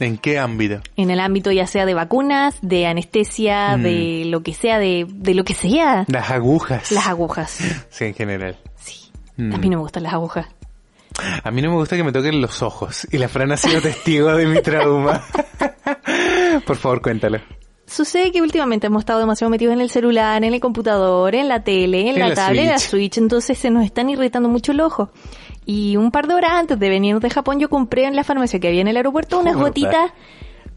¿En qué ámbito? En el ámbito ya sea de vacunas, de anestesia, Mm. de lo que sea, de, de lo que sea. Las agujas. Las agujas. sí, en general. Sí. Mm. A mí no me gustan las agujas. A mí no me gusta que me toquen los ojos. Y la Fran ha sido testigo de mi trauma. Por favor, cuéntalo. Sucede que últimamente hemos estado demasiado metidos en el celular, en el computador, en la tele, en, En la, la tablet, en la Switch. Switch, entonces se nos están irritando mucho el ojo. Y un par de horas antes de venir de Japón yo compré en la farmacia que había en el aeropuerto unas Puta. gotitas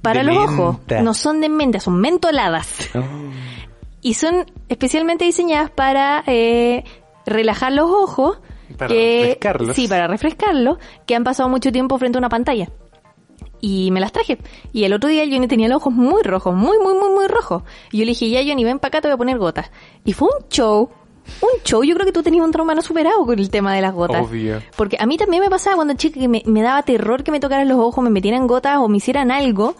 para De Oh. los menta. ojos. No son de menta, son mentoladas. Y son especialmente diseñadas para eh, relajar los ojos. Para refrescarlos. Sí, para refrescarlos, que han pasado mucho tiempo frente a una pantalla. Y me las traje. Y el otro día Johnny tenía los ojos muy rojos, muy, muy, muy, muy rojos. Y yo le dije, ya Johnny, ven para acá, te voy a poner gotas. Y fue un show. Un show, yo creo que tú tenías un trauma no superado con el tema de las gotas. Obvio. Porque a mí también me pasaba cuando chica que me, me daba terror que me tocaran los ojos, me metieran gotas o me hicieran algo,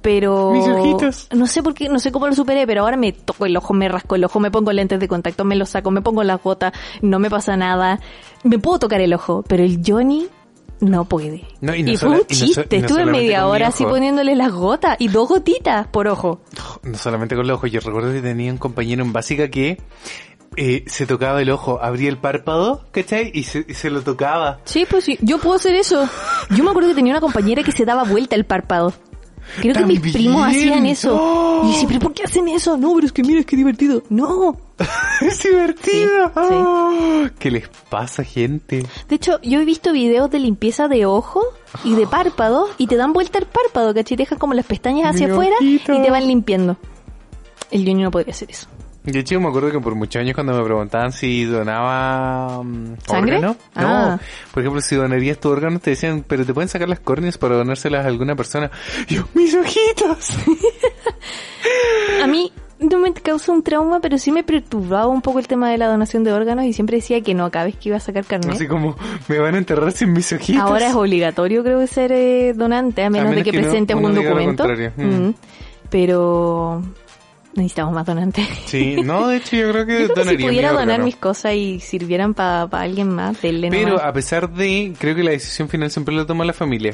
pero... Mis ojitos. No sé por qué, no sé cómo lo superé, pero ahora me toco el ojo, me rasco el ojo, me pongo lentes de contacto, me los saco, me pongo las gotas, no me pasa nada. Me puedo tocar el ojo, pero el Johnny no puede. No, y no fue sola- un y no so- chiste, no estuve solamente media con mi hora así ojo. poniéndole las gotas y dos gotitas por ojo. No solamente con los ojos. Yo recuerdo que tenía un compañero en básica que eh, se tocaba el ojo, abría el párpado, ¿cachai? Y se, y se lo tocaba. Sí, pues sí, yo puedo hacer eso. Yo me acuerdo que tenía una compañera que se daba vuelta el párpado. Creo que mis También. primos hacían eso. ¡Oh! Y yo decía, pero ¿por qué hacen eso? No, pero es que mira, es que divertido. No. ¡Es divertido! Sí, sí. ¡Ah! ¿Qué les pasa, gente? De hecho, yo he visto videos de limpieza de ojo y de párpado y te dan vuelta el párpado, ¿cachai? Te Dejan como las pestañas hacia Mi afuera ojito. y te van limpiando. El Johnny no podría hacer eso. De hecho, me acuerdo que por muchos años cuando me preguntaban si donaba mm, ¿Sangre? órgano, Ah. no. Por ejemplo, si donarías tu órgano, te decían, pero te pueden sacar las córneas para donárselas a alguna persona. Y yo, mis ojitos. A mí no me causó un trauma, pero sí me perturbaba un poco el tema de la donación de órganos y siempre decía que no, cada vez que iba a sacar carnet. Así como, me van a enterrar sin mis ojitos. Ahora es obligatorio, creo, que ser eh, donante, a menos, menos de que, que no- presentes uno un diga lo documento. contrario. Mm. Mm. Pero necesitamos más donantes. Sí, no, de hecho yo creo que Yo creo que si donaría mi pudiera donar órgano. mis cosas y sirvieran para alguien más, denle Pero nomás. a pesar de, creo que la decisión final siempre la toma la familia.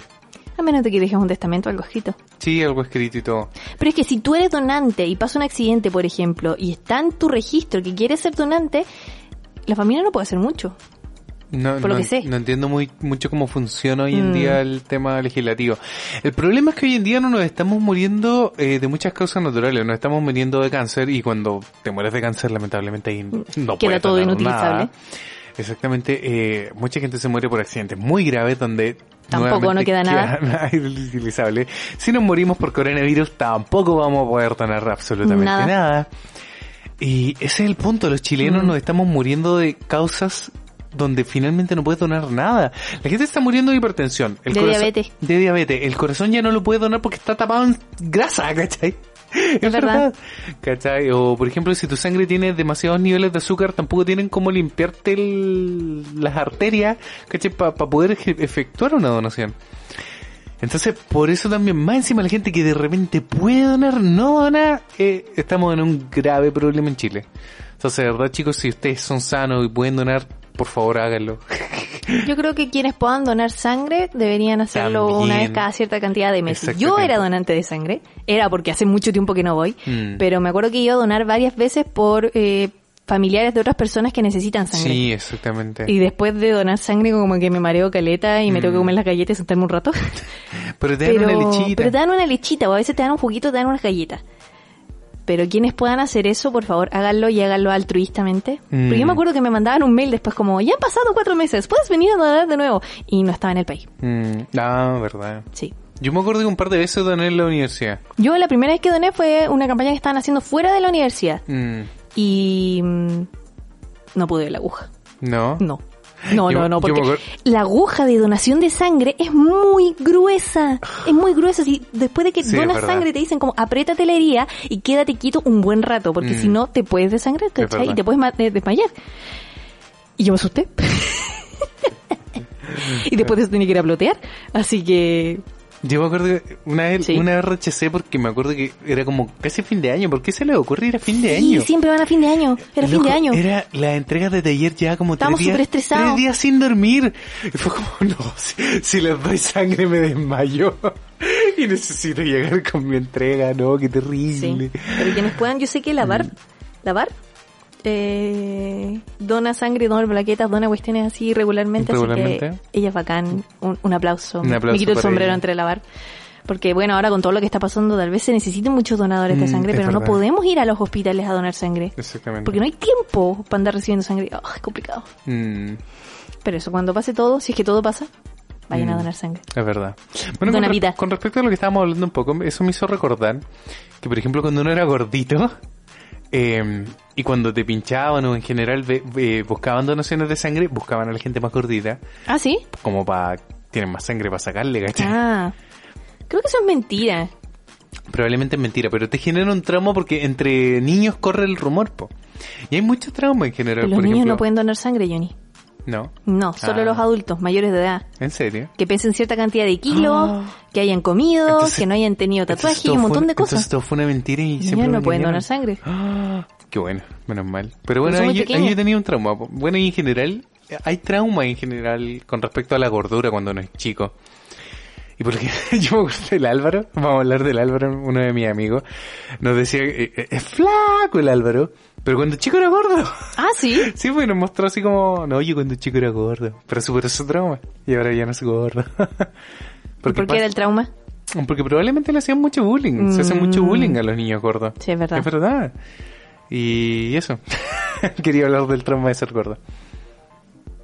A menos de que dejes un testamento o algo escrito. Sí, algo escrito y todo. Pero es que si tú eres donante y pasa un accidente, por ejemplo, y está en tu registro que quieres ser donante, la familia no puede hacer mucho. No, Por lo no- que sé. no entiendo muy mucho cómo funciona hoy en Mm. día el tema legislativo. El problema es que hoy en día no nos estamos muriendo eh, de muchas causas naturales, nos estamos muriendo de cáncer y cuando te mueres de cáncer lamentablemente ahí no Mm, Queda puedes todo donar inutilizable. nada. Exactamente, eh, mucha gente se muere por accidentes muy graves donde Tampoco, nuevamente no queda nada. nada inutilizable. Si nos morimos por coronavirus tampoco vamos a poder donar absolutamente Nada. nada. Y ese es el punto, los chilenos Mm. nos estamos muriendo de causas donde finalmente no puedes donar nada. La gente está muriendo de hipertensión. El De corazón- diabetes. De diabetes. El corazón ya no lo puede donar porque está tapado en grasa, ¿cachai? Es, verdad. ¿Cachai? O, por ejemplo, si tu sangre tiene demasiados niveles de azúcar, tampoco tienen cómo limpiarte el- las arterias, ¿cachai? Para poder eje- efectuar una donación. Entonces, por eso también, más encima la gente que de repente puede donar, no dona, eh, estamos en un grave problema en Chile. Entonces, de verdad, chicos, si ustedes son sanos y pueden donar, por favor háganlo. Yo creo que quienes puedan donar sangre deberían hacerlo También. una vez cada cierta cantidad de meses. Yo Exactamente. era donante de sangre, era porque hace mucho tiempo que no voy, Mm. pero me acuerdo que iba a donar varias veces por eh, familiares de otras personas que necesitan sangre. Sí, exactamente. Y después de donar sangre como que me mareo caleta y Mm. me tengo que comer las galletas y sentarme un rato. pero te dan pero, una lechita. pero te dan una lechita o a veces te dan un juguito, te dan unas galletas. Pero quienes puedan hacer eso, por favor, háganlo y háganlo altruistamente. Mm. Porque yo me acuerdo que me mandaban un mail después como, ya han pasado cuatro meses, puedes venir a donar de nuevo. Y no estaba en el país. Mm, ah, verdad. Sí. Yo me acuerdo que un par de veces doné en la universidad. Yo la primera vez que doné fue una campaña que estaban haciendo fuera de la universidad. Mm, Y... mm, no pude la aguja. no. No. No, Yo- no, yo no, porque me acuer- la aguja de donación de sangre es muy gruesa. Es muy gruesa. Si después de que Sí, es donas verdad. sangre te dicen como apriétate la herida y quédate quieto un buen rato, porque Mm. si no te puedes desangrar, ¿cachai? verdad. Y te puedes ma- eh, desmayar. Y yo me asusté. y después de eso tenía que ir a plotear. Así que Yo me acuerdo que una vez, Sí. una vez rechacé porque me acuerdo que era como casi fin de año. ¿Por qué se le ocurre ir a fin de sí, año? siempre van a fin de año. Era fin Loco, de año. Era la entrega de taller ya como Estábamos tres días, superestresados. tres días sin dormir. Y fue como, no, si, si les doy sangre me desmayo. y necesito llegar con mi entrega, no, qué Sí. terrible. Pero quienes puedan, yo sé que lavar, Mm. lavar, eh, dona sangre, dona plaquetas, dona cuestiones así regularmente. Así Regularmente. que ella es bacán. Un, un aplauso. Un aplauso Me quito el para sombrero ella. entre lavar. Porque bueno, ahora con todo lo que está pasando, tal vez se necesiten muchos donadores de Mm, sangre, es pero no verdad. podemos ir a los hospitales a donar sangre. Exactamente. Porque no hay tiempo para andar recibiendo sangre. Ah, es complicado. Mm, Pero eso, cuando pase todo, si es que todo pasa, vayan a Mm. donar sangre. es verdad. Dona Bueno, con, re- vida. con respecto a lo que estábamos hablando un poco, eso me hizo recordar que, por ejemplo, cuando uno era gordito eh, y cuando te pinchaban o en general ve- ve- buscaban donaciones de sangre, buscaban a la gente más gordita Ah, sí. como para... Tienen más sangre para sacarle, ¿cachai? Ah. Creo que eso es mentira. Probablemente es mentira, pero te genera un trauma porque entre niños corre el rumor, po. Y hay mucho trauma en general, Los por niños ejemplo. no pueden donar sangre, Johnny. No, No, solo Ah. los adultos mayores de edad. en serio. Que pesen cierta cantidad de kilos, Ah. que hayan comido, Entonces- que no hayan tenido Entonces tatuaje y todo un fue montón de Entonces cosas. todo fue una mentira y Los siempre niños no lo pueden engañaron. donar sangre. Ah, qué bueno, menos mal. Pero Pero bueno, son muy ahí, ahí pequeños. yo tenía un trauma. po. Bueno, y en general, eh, hay trauma en general con respecto a la gordura cuando uno es chico. Y porque yo me acuerdo del Álvaro, vamos a hablar del Álvaro, uno de mis amigos, nos decía, eh, eh, es flaco el Álvaro, pero cuando chico era gordo. Ah, sí. Sí, pues nos mostró así como, no, yo cuando chico era gordo, pero superó su trauma y ahora ya no soy gordo. ¿Por qué pas- era el trauma? porque probablemente le hacían mucho bullying, se hace Mm. mucho bullying a los niños gordos. Sí, es verdad. Es verdad. Y eso, quería hablar del trauma de ser gordo.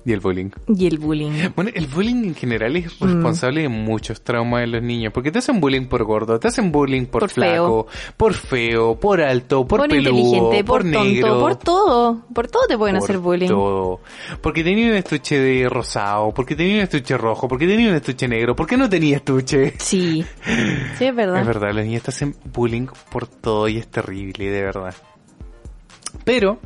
Y el bullying. Y el bullying. Bueno, el bullying en general es Mm. responsable de muchos traumas de los niños, porque te hacen bullying por gordo, te hacen bullying por, Por feo. flaco, por feo, por alto, por, peludo, inteligente, por, tonto, negro por todo. Por todo te pueden hacer por bullying. Todo. Porque tenía un estuche de rosado, porque tenía un estuche rojo, porque tenía un estuche negro, porque no tenía estuche. Sí. Sí, es verdad. Es verdad, los niños te hacen bullying por todo y es terrible, de verdad. Pero,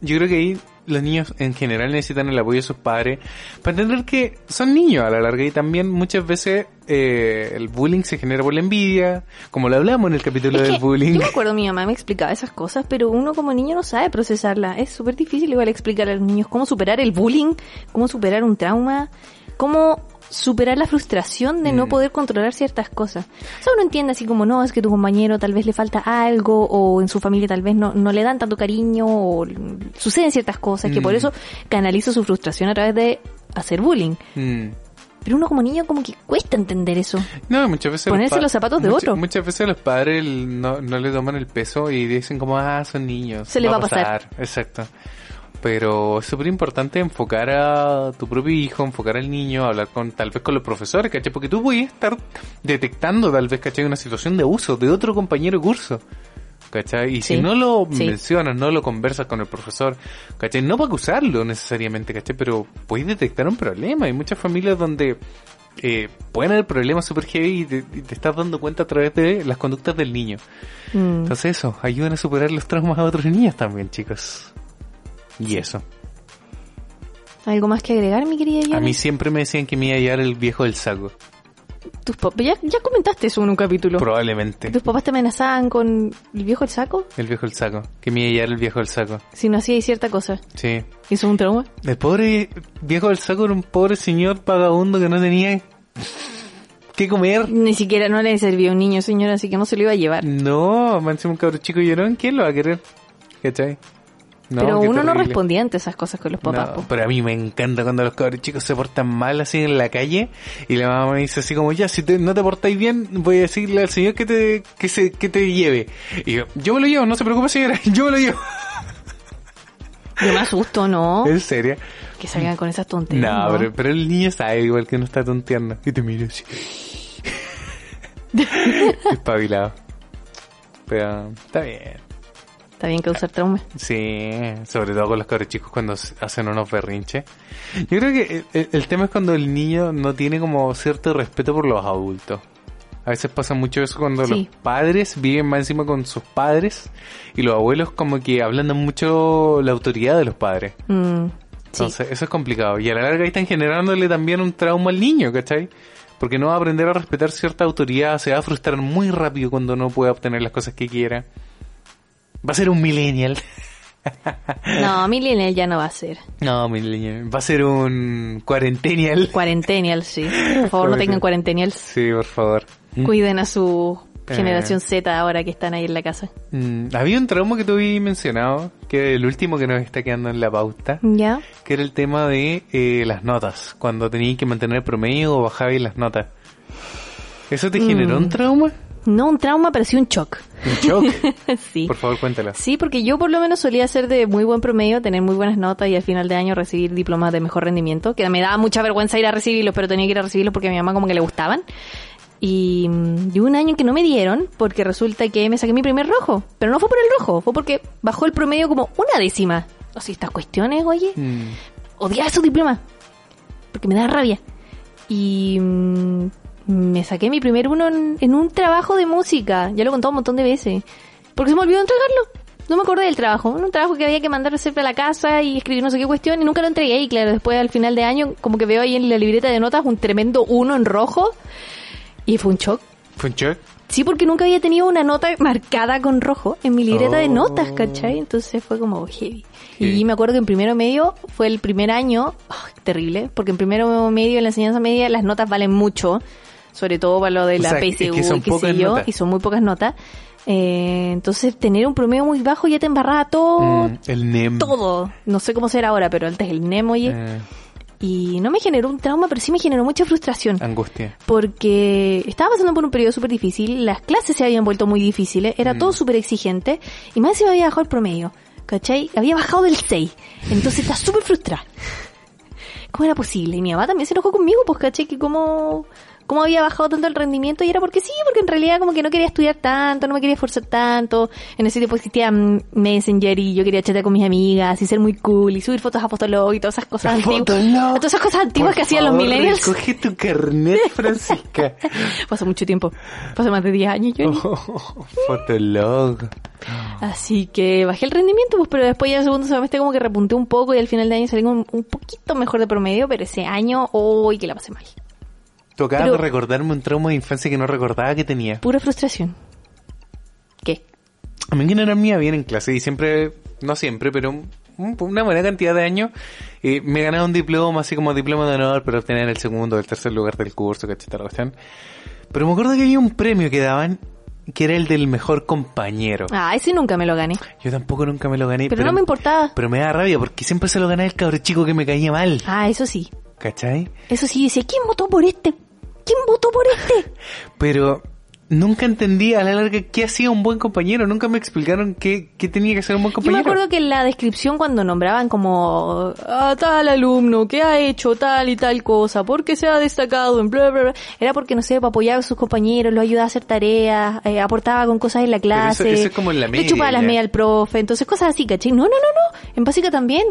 yo creo que ahí los niños en general necesitan el apoyo de sus padres para entender que son niños a la larga y también muchas veces eh, el bullying se genera por la envidia, como lo hablamos en el capítulo Es del que bullying. Yo me acuerdo, mi mamá me explicaba esas cosas, pero uno como niño no sabe procesarla. Es súper difícil igual explicar a los niños cómo superar el bullying, cómo superar un trauma, cómo superar la frustración de no Mm. poder controlar ciertas cosas. O sea, uno entiende así como, no, es que tu compañero tal vez le falta algo, o en su familia tal vez no, no le dan tanto cariño, o mm, suceden ciertas cosas, que por Mm. eso canaliza su frustración a través de hacer bullying. Mm. Pero uno como niño como que cuesta entender eso. No, muchas veces... Ponerse pa- los zapatos de mucha- otro. Muchas veces los padres el- no, no le toman el peso y dicen como, ah, son niños. Se les va a pasar". Exacto. Pero es súper importante enfocar a tu propio hijo, enfocar al niño, hablar con tal vez con los profesores, ¿cachai? Porque tú puedes estar detectando tal vez, ¿cachai? Una situación de abuso de otro compañero de curso. ¿Cachai? Y si Sí, no lo sí. mencionas, no lo conversas con el profesor, ¿cachai? No para acusarlo necesariamente, ¿cachai? Pero puedes detectar un problema. Hay muchas familias donde eh, pueden haber problemas super heavy y te, y te estás dando cuenta a través de las conductas del niño. Mm. Entonces eso, ayudan a superar los traumas a otros niños también, chicos. Y eso. ¿Algo más que agregar, mi querida A Diana? mí siempre me decían que me iba a llegar el viejo del saco. Tus pap- ya, ya comentaste eso en un capítulo. Probablemente. ¿Tus papás te amenazaban con el viejo el saco? El viejo del saco. Que me iba a llegar el viejo del saco. Si no hacías cierta cosa. Sí. ¿Y ¿Eso es un trauma? El pobre viejo del saco era un pobre señor vagabundo que no tenía que comer. Ni siquiera no le servía a un niño, señora, así que no se lo iba a llevar. No, más encima un cabro chico llorón, ¿quién lo va a querer? ¿Cachai? No, Pero qué uno no terrible. respondía ante esas cosas con los papás. No, po. pero a mí me encanta cuando los cabros chicos se portan mal así en la calle y la mamá me dice así como, ya, si te- no te portáis bien, voy a decirle al señor que te, que se, que te lleve. Y yo, yo me lo llevo, no se preocupe señora, yo me lo llevo. Yo me asusto, ¿no? ¿En serio? Que salgan con esas tonterías. No, ¿no? Pero, pero el niño sabe igual que no está tonteando. Y te mira así. Espabilado. Pero está bien. Está bien causar trauma. Sí, sobre todo con los cabros chicos cuando s- hacen unos berrinches. Yo creo que el, el tema es cuando el niño no tiene como cierto respeto por los adultos. A veces pasa mucho eso cuando Sí. los padres viven más encima con sus padres y los abuelos como que ablandan mucho la autoridad de los padres. Mm, sí. Entonces, eso es complicado. Y a la larga ahí están generándole también un trauma al niño, ¿cachai? Porque no va a aprender a respetar cierta autoridad, se va a frustrar muy rápido cuando no pueda obtener las cosas que quiera. Va a ser un millennial. No, millennial ya no va a ser. No, millennial. Va a ser un cuarentenial. Cuarentenial, sí. Por favor, no Pobre. tengan cuarentenials. Sí, por favor. Cuiden a su Mm. Eh. generación Z ahora que están ahí en la casa. Mm, había un trauma que tú habías mencionado, que el último que nos está quedando en la pauta, ¿Ya? que era el tema de eh, las notas, cuando tenías que mantener promedio o bajabas las notas. ¿Eso te generó un trauma? No un trauma, pero sí un shock. Un shock. sí. Por favor, cuéntalas. Sí, porque yo por lo menos solía ser de muy buen promedio, tener muy buenas notas y al final de año recibir diplomas de mejor rendimiento, que me daba mucha vergüenza ir a recibirlos, pero tenía que ir a recibirlos porque a mi mamá como que le gustaban. Y, mm, y hubo un año en que no me dieron porque resulta que me saqué mi primer rojo, pero no fue por el rojo, fue porque bajó el promedio como una décima. O sea, estas cuestiones, oye, Mm, odiaba esos diplomas porque me da rabia. Y mm, me saqué mi primer uno en, en un trabajo de música. Ya lo he contado un montón de veces. Porque se me olvidó entregarlo. No me acordé del trabajo. Era Un trabajo que había que mandar siempre a la casa y escribir no sé qué cuestión y nunca lo entregué. Y claro, después al final de año, como que veo ahí en la libreta de notas un tremendo uno en rojo. Y fue un shock. ¿Fue un shock? Sí, porque nunca había tenido una nota marcada con rojo en mi libreta de Oh. notas, ¿cachai? Entonces fue como heavy. Heavy. Y me acuerdo que en primero medio fue el primer año, ah, terrible, porque en primero medio, en la enseñanza media, las notas valen mucho, sobre todo para lo de O la sea, es PSU, que son qué pocas sé yo, notas. y son muy pocas notas. Eh, entonces tener un promedio muy bajo ya te embarraba todo, Mm, el NEM. Oh, todo. No sé cómo será ahora, pero antes el NEMO y, Eh, y no me generó un trauma, pero sí me generó mucha frustración angustia. porque estaba pasando por un periodo súper difícil, las clases se habían vuelto muy difíciles, era Mm. todo súper exigente, y más encima había bajado el promedio, ¿cachai? Había bajado del 6, entonces estaba súper frustrada. ¿Cómo era posible? Y mi mamá también se enojó conmigo, pues, ¿cachai? Que cómo, cómo había bajado tanto el rendimiento, y era porque sí, porque en realidad como que no quería estudiar tanto, no me quería esforzar tanto, en ese tiempo existía mm, Messenger y yo quería chatear con mis amigas y ser muy cool y subir fotos a Fotolog y todas esas cosas antiguas. Fotolog. Todas esas cosas antiguas Por que hacían los favor, millennials. Recoge tu carnet, Francisca. Pasó mucho tiempo. Pasó más de 10 años, Johnny. Oh, fotolog. Así que bajé el rendimiento, pues, pero después ya en el segundo semestre como que repunté un poco y al final de año salí un, un poquito mejor de promedio, pero ese año, uy, que la pasé mal. Tú acabas Pero- de recordarme un trauma de infancia que no recordaba que tenía. Pura frustración. ¿Qué? A mí que no era mía bien en clase y siempre, no siempre, pero un- una buena cantidad de años eh, me ganaba un diploma, así como diploma de honor, pero obtener el segundo o el tercer lugar del curso, cacheta la cuestión. Pero me acuerdo que había un premio que daban que era el del mejor compañero. Ah, ese nunca me lo gané. Yo tampoco nunca me lo gané. Pero, no me importaba. Pero me da rabia porque siempre se lo ganaba el cabro chico que me caía mal. Ah, eso sí. ¿Cachai? Eso sí, dice, ¿quién votó por este? ¿Quién votó por este? Pero nunca entendí a la larga qué hacía un buen compañero. Nunca me explicaron qué, qué tenía que hacer un buen Yo me compañero. acuerdo que en la descripción cuando nombraban como a tal alumno que ha hecho tal y tal cosa, porque se ha destacado en bla bla bla, era porque no sé, apoyaba a sus compañeros, lo ayudaba a hacer tareas, eh, aportaba con cosas en la clase, eso es como en la media, le chupaba las ya. medias al profe, entonces cosas así, ¿cachai? No, no, no, no, en básica también.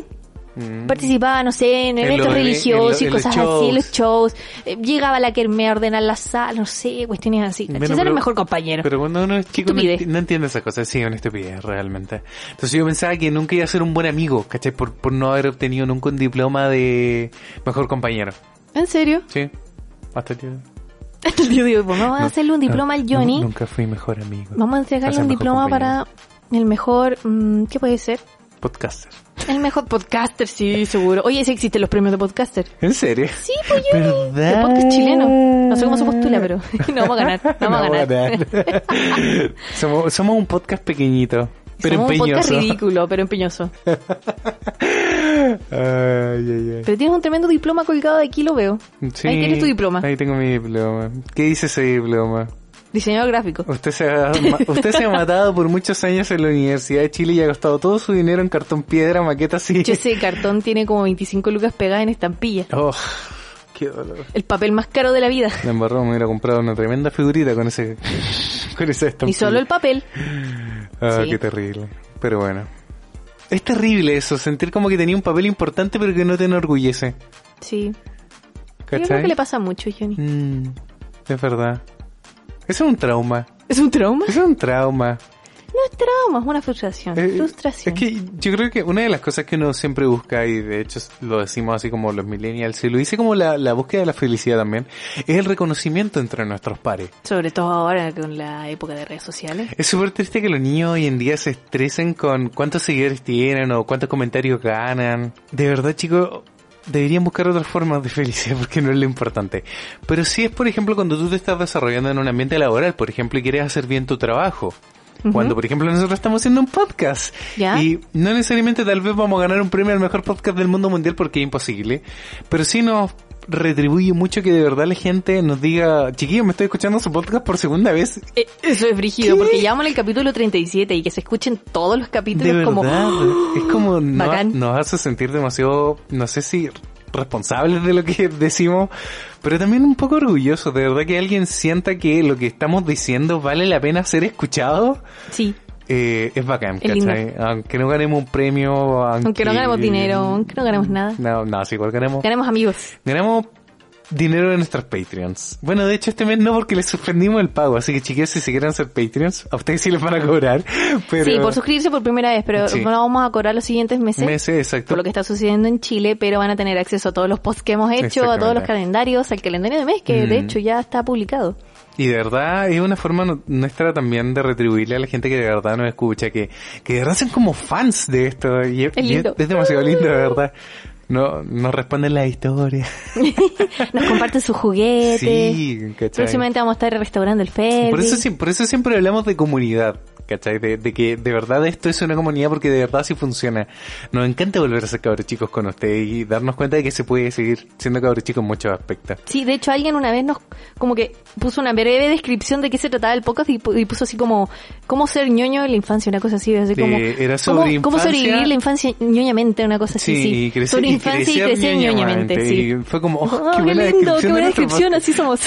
Participaba, no sé, en Mm. En eventos los- en- religiosos en y los cosas así, shows. en los shows. Eh, Llegaba la que me ordenaba la sala, no sé, cuestiones así. ¿cachai? Bueno, Ese era pero- el mejor compañero. Pero cuando uno es chico no, Estupidez. enti- no entiende esas cosas, sí, una estupidez realmente. Entonces yo pensaba que nunca iba a ser un buen amigo, ¿cachai? Por, por no haber obtenido nunca un diploma de mejor compañero. ¿En serio? Sí, hasta el día de hoy. Hasta el día de hoy, pues, vamos a No, hacerle un no, diploma al nu- Johnny. Nunca fui mejor amigo. Vamos a entregarle Hacer un mejor diploma compañero. para el mejor, mm, ¿qué puede ser? Podcaster. El mejor podcaster, sí, seguro. Oye, sí existen los premios de podcaster. ¿En serio? Sí, pues yo. ¿Verdad? De podcast chileno. No sé cómo se postula, pero no vamos a ganar, no vamos a No ganar. ganar. somos, somos un podcast pequeñito, pero Somos un podcast empeñoso. ridículo, pero empeñoso. Ay, ay, Pero tienes un tremendo diploma colgado de aquí, lo veo. ay. Sí, Ahí tienes tu diploma. Ahí tengo mi diploma. ¿Qué dice ese diploma? Diseñador gráfico. Usted se, ha, ma- usted se ha matado por muchos años en la Universidad de Chile y ha gastado todo su dinero en cartón piedra, maquetas y... Yo ese cartón tiene como 25 lucas pegadas en estampilla. Oh, qué dolor. El papel más caro de la vida. La embarró, me hubiera comprado una tremenda figurita con ese... con esa Y estampilla. solo el papel. Ah, Sí. qué terrible. Pero bueno. Es terrible eso, sentir como que tenía un papel importante pero que no te enorgullece. Sí. ¿Cachai? Yo creo que le pasa mucho, Johnny. Mm, es verdad. Eso es un trauma. ¿Es un trauma? Eso es un trauma. No es trauma, es una frustración. Eh, Ah, frustración. Es que yo creo que una de las cosas que uno siempre busca, y de hecho lo decimos así como los millennials, y lo dice como la, la búsqueda de la felicidad también, es el reconocimiento entre nuestros pares. Sobre todo ahora con la época de redes sociales. Es súper triste que los niños hoy en día se estresen con cuántos seguidores tienen o cuántos comentarios ganan. De verdad, chicos, deberían buscar otras formas de felicidad porque no es lo importante. Pero si es, por ejemplo, cuando tú te estás desarrollando en un ambiente laboral, por ejemplo, y quieres hacer bien tu trabajo. Ujú. Eh, Cuando, por ejemplo, nosotros estamos haciendo un podcast. Ya. Y no necesariamente tal vez vamos a ganar un premio al mejor podcast del mundo mundial porque es imposible. Pero sí nos retribuye mucho que de verdad la gente nos diga, chiquillo, me estoy escuchando su podcast por segunda vez Eh, eso es brígido, ¿Qué? porque llevamos en el capítulo 37 y que se escuchen todos los capítulos De verdad, como... "Ah, es como no- Bacán. nos hace sentir demasiado, no sé si responsables de lo que decimos, pero también un poco orgullosos, de verdad que alguien sienta que lo que estamos diciendo vale la pena ser escuchado, Sí, eh, es bacán, Es lindo. ¿cachai? Aunque no ganemos un premio, aunque, no ganemos dinero, aunque no ganemos nada. No, no, sí, igual ganemos, ganamos amigos. ganamos dinero de nuestros Patreons. Bueno, de hecho este mes no porque les suspendimos el pago, así que chiquillos, si se quieren ser Patreons, a ustedes sí les van a cobrar, pero... Sí, por suscribirse por primera vez, pero Sí. no vamos a cobrar los siguientes meses. meses, exacto. Por lo que está sucediendo en Chile, pero van a tener acceso a todos los posts que hemos hecho, a todos los Exactamente. calendarios, al calendario de mes, que de Mm. hecho ya está publicado. Y de verdad es una forma nu- nuestra también de retribuirle a la gente que de verdad nos escucha, que, que de verdad son como fans de esto. Y y es, lindo. es demasiado lindo, de verdad. No, nos responden las historias. Nos comparten sus juguetes. Sí, ¿cachai? Próximamente vamos a estar restaurando el Ferdi. Por eso, sí- por eso siempre hablamos de comunidad, ¿cachai? De, de que de verdad esto es una comunidad porque de verdad sí funciona. Nos encanta volver a ser cabros chicos con ustedes y darnos cuenta de que se puede seguir siendo cabros chicos en muchos aspectos. Sí, de hecho alguien una vez nos como que puso una breve descripción de qué se trataba el podcast y, pu- y puso así como cómo ser ñoño en la infancia, una cosa así, así Sí, como era cómo, sobre cómo infancia. sobrevivir la infancia ñoñamente, una cosa así, sí. y crecer- sobre y infancia y crecer crecer ñoñamente, sí. Y fue como, oh, Oh, qué, qué, buena lindo, descripción qué de nuestro buena descripción, podcast. así somos.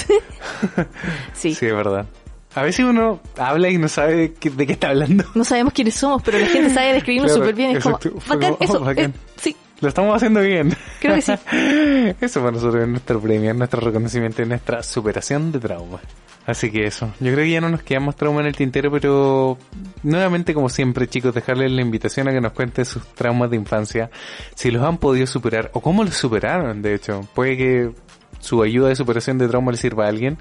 sí. Sí, es verdad. A veces uno habla y no sabe qué- de qué está hablando. No sabemos quiénes somos, pero la gente sabe describirnos Claro, súper bien, es como, exacto. Fue bacán, como, oh, eso, bacán. eh, sí. Lo estamos haciendo bien. Creo que sí. Eso para nosotros es nuestro premio, es nuestro reconocimiento, es nuestra superación de trauma. Así que eso. Yo creo que ya no nos quedamos trauma en el tintero, pero nuevamente, como siempre, chicos, dejarles la invitación a que nos cuenten sus traumas de infancia, si los han podido superar o cómo los superaron, de hecho. Puede que su ayuda de superación de trauma le sirva a alguien.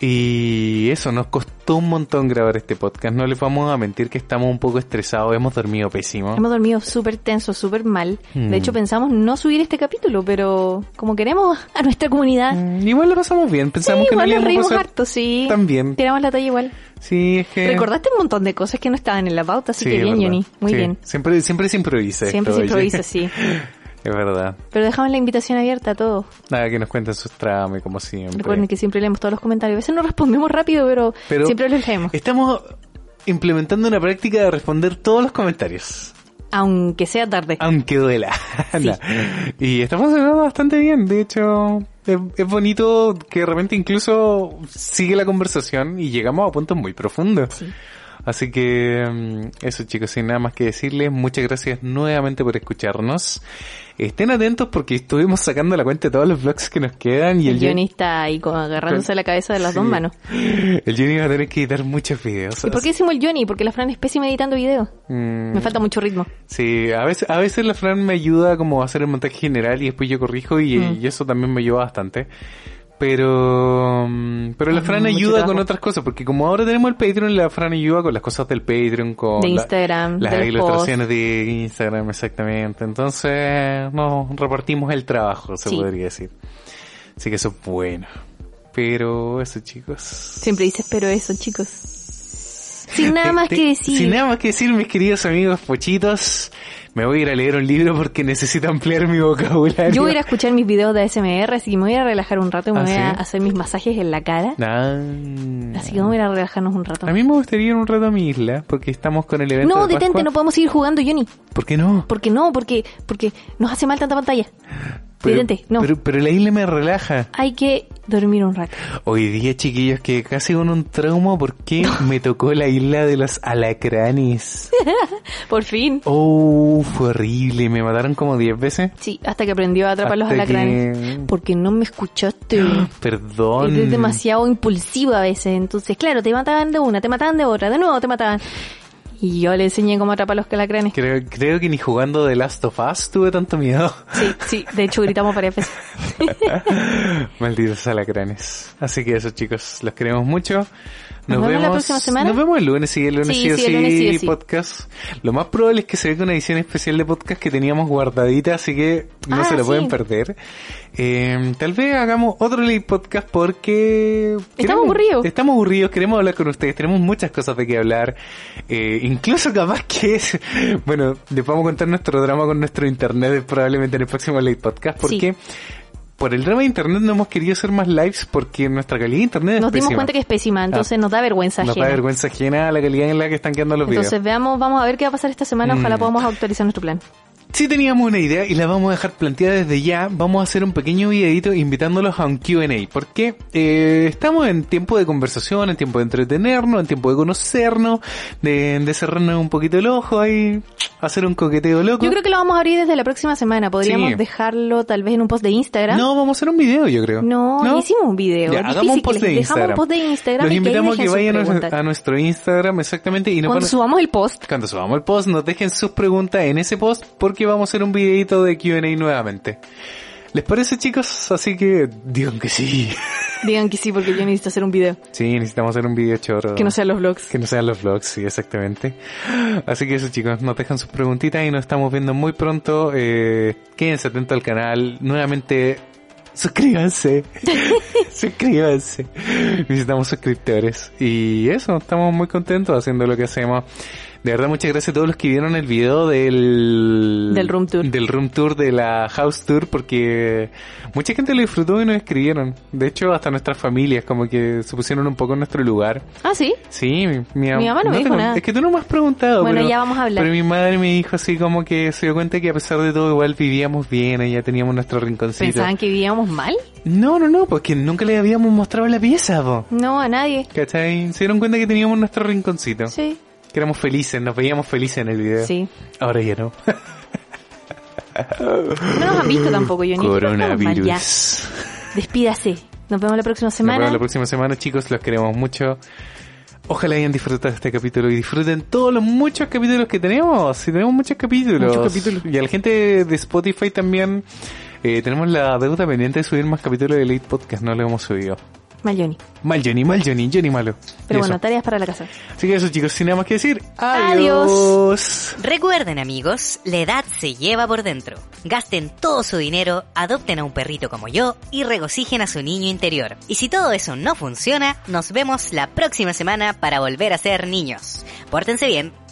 Y eso, nos costó un montón grabar este podcast. No les vamos a mentir que estamos un poco estresados, hemos dormido pésimo. Hemos dormido súper tenso, súper mal. Mm. De hecho, pensamos no subir este capítulo, pero como queremos a nuestra comunidad, Mm, Igual lo pasamos bien, pensamos que igual no nos lo reímos íbamos a pasar harto, sí. tan bien. Tiramos la talla igual. Sí, es que... Recordaste un montón de cosas que no estaban en la pauta, Eh, así Sí, que es bien, verdad. Johnny. Muy Sí, bien. Siempre, siempre se improvisa Siempre esto, se oye. improvisa, sí. Es verdad. Pero dejamos la invitación abierta a todos. Nada, que nos cuenten sus tramas, como siempre. Recuerden que siempre leemos todos los comentarios. A veces no respondemos rápido, pero, Pero- eh, siempre los leemos. Estamos implementando una práctica de responder todos los comentarios, Aunque sea tarde. aunque duela. No. Y está funcionando bastante bien, de hecho. Es, es bonito que de repente incluso sigue la conversación y llegamos a puntos muy profundos. Así que mm, eso chicos, sin nada más que decirles, muchas gracias nuevamente por escucharnos. Estén atentos porque estuvimos sacando la cuenta de todos los blogs que nos quedan y el el, Johnny- guionista ahí como agarrándose Con- la cabeza de las Sí. dos manos. el Johnny va a tener que editar muchos videos. ¿Y por qué decimos el Johnny? Porque la Fran es pésima editando videos. Mm. Me falta mucho ritmo. Sí, a veces, a veces la Fran me ayuda como a hacer el montaje general y después yo corrijo y, Mm. y eso también me ayuda bastante. Pero, mm, pero la Mm, Fran mucho ayuda con trabajo. otras cosas, porque como ahora tenemos el Patreon, la Fran ayuda con las cosas del Patreon, con De la- Instagram, de las los ilustraciones de Instagram, exactamente. Entonces, nos repartimos el trabajo, se Sí. podría decir. Así que eso es bueno. Pero eso, chicos. Siempre dices, pero eso, chicos. Sin nada Te- más te- que decir. Este, Sin nada más que decir, mis queridos amigos pochitos, me voy a ir a leer un libro porque necesito ampliar mi vocabulario. Yo voy a ir a escuchar mis videos de ASMR, así que me voy a relajar un rato y me ¿Ah, voy a sí? hacer mis masajes en la cara. Ah. Así que vamos a ir a relajarnos un rato. A mí me gustaría ir un rato a mi isla porque estamos con el evento. No, de detente, Pascua. no podemos seguir jugando, Johnny. ¿Por qué no? Porque no, porque porque nos hace mal tanta pantalla. Pero- detente, no. Pero, pero la isla me relaja. Hay que dormir un rato. Hoy día, chiquillos, que casi con un trauma porque me tocó la isla de los alacranes. Por fin. Oh, fue horrible. Me mataron como 10 veces. Sí, hasta que aprendió a atrapar los Hasta que- alacranes. Porque no me escuchaste. Perdón. Eres demasiado impulsivo a veces. Entonces, claro, te mataban de una, te mataban de otra, de nuevo te mataban. Y yo le enseñé cómo atrapar los alacranes. Creo, creo que ni jugando The Last of Us tuve tanto miedo. Sí, sí, de hecho gritamos varias veces. Malditos alacranes. Así que eso, chicos, los queremos mucho. Nos vemos la próxima semana. Nos vemos el lunes, sí, el lunes Sí, sí, o sí, el lunes sí o sí. podcast. Lo más probable es que se venga una edición especial de podcast que teníamos guardadita, así que no Ah, se lo sí. pueden perder. Eh, tal vez hagamos otro late podcast porque... queremos- aburridos. Estamos aburridos, queremos hablar con ustedes, tenemos muchas cosas de qué hablar. Eh, incluso capaz que es... Bueno, les vamos a contar nuestro drama con nuestro internet probablemente en el próximo late podcast Sí. porque... Por el drama de internet no hemos querido hacer más lives porque nuestra calidad de internet es Nos dimos pésima. cuenta que es pésima, entonces Ah. nos da vergüenza Nos ajena. da vergüenza ajena la calidad en la que están quedando los entonces videos. veamos, vamos a ver qué va a pasar esta semana, ojalá Mm. podamos actualizar nuestro plan. Sí teníamos una idea y la vamos a dejar planteada desde ya. Vamos a hacer un pequeño videito invitándolos a un Q&A. Porque eh, estamos en tiempo de conversación, en tiempo de entretenernos, en tiempo de conocernos, de, de cerrarnos un poquito el ojo ahí, hacer un coqueteo loco. Yo creo que lo vamos a abrir desde la próxima semana, podríamos Sí. dejarlo tal vez en un post de Instagram. No, vamos a hacer un video, yo creo. No, hicimos un video. Ya, Es hagamos un difícil, post les de dejamos Instagram. un post de Instagram Los y que ahí invitamos a que dejen sus vayan preguntas. a, a nuestro Instagram, exactamente, y nos Cuando van a- subamos el post, Cuando subamos el post, nos dejen sus preguntas en ese post porque vamos a hacer un videito de Q&A nuevamente. ¿Les parece chicos? Así que digan que sí. digan que sí, porque yo necesito hacer un video. Sí, necesitamos hacer un video chorro. Que no sean los vlogs. Que no sean los vlogs, sí, exactamente. Así que eso chicos, nos dejan sus preguntitas y nos estamos viendo muy pronto. Eh, quédense atentos al canal. Nuevamente, suscríbanse. suscríbanse. Necesitamos suscriptores. Y eso, estamos muy contentos haciendo lo que hacemos. De verdad, muchas gracias a todos los que vieron el video del... Del room tour. Del room tour, de la house tour, porque mucha gente lo disfrutó y nos escribieron. De hecho, hasta nuestras familias como que se pusieron un poco en nuestro lugar. Ah, sí. Sí, mi, mi, Mi mamá no me te dijo con- nada. Es que tú no me has preguntado. Bueno, pero- ya vamos a hablar. Pero mi madre me dijo así como que se dio cuenta que a pesar de todo igual vivíamos bien, allá teníamos nuestro rinconcito. ¿Pensaban que vivíamos mal? No, no, no, porque nunca le habíamos mostrado la pieza, po. No, a nadie. ¿Cachai? Se dieron cuenta que teníamos nuestro rinconcito. Sí. Que éramos felices, nos veíamos felices en el video. Sí. Ahora ya no. No nos han visto tampoco, yo ni Ya. Coronavirus. Despídase. Nos vemos la próxima Nos semana. vemos la próxima semana, chicos. Los queremos mucho. Ojalá hayan disfrutado este capítulo y disfruten todos los muchos capítulos que tenemos. Si tenemos muchos capítulos. Muchos capítulos. Y a la gente de Spotify también eh, tenemos la deuda pendiente de subir más capítulos de Late Podcast. No lo hemos subido. Mal Johnny. Mal Johnny, mal Johnny, Johnny malo. Pero Eso. bueno, tareas para la casa. Así que eso, chicos, sin nada más que decir. Adiós. Adiós. Recuerden amigos, la edad se lleva por dentro. Gasten todo su dinero, adopten a un perrito como yo y regocijen a su niño interior. Y si todo eso no funciona, nos vemos la próxima semana para volver a ser niños. Pórtense bien.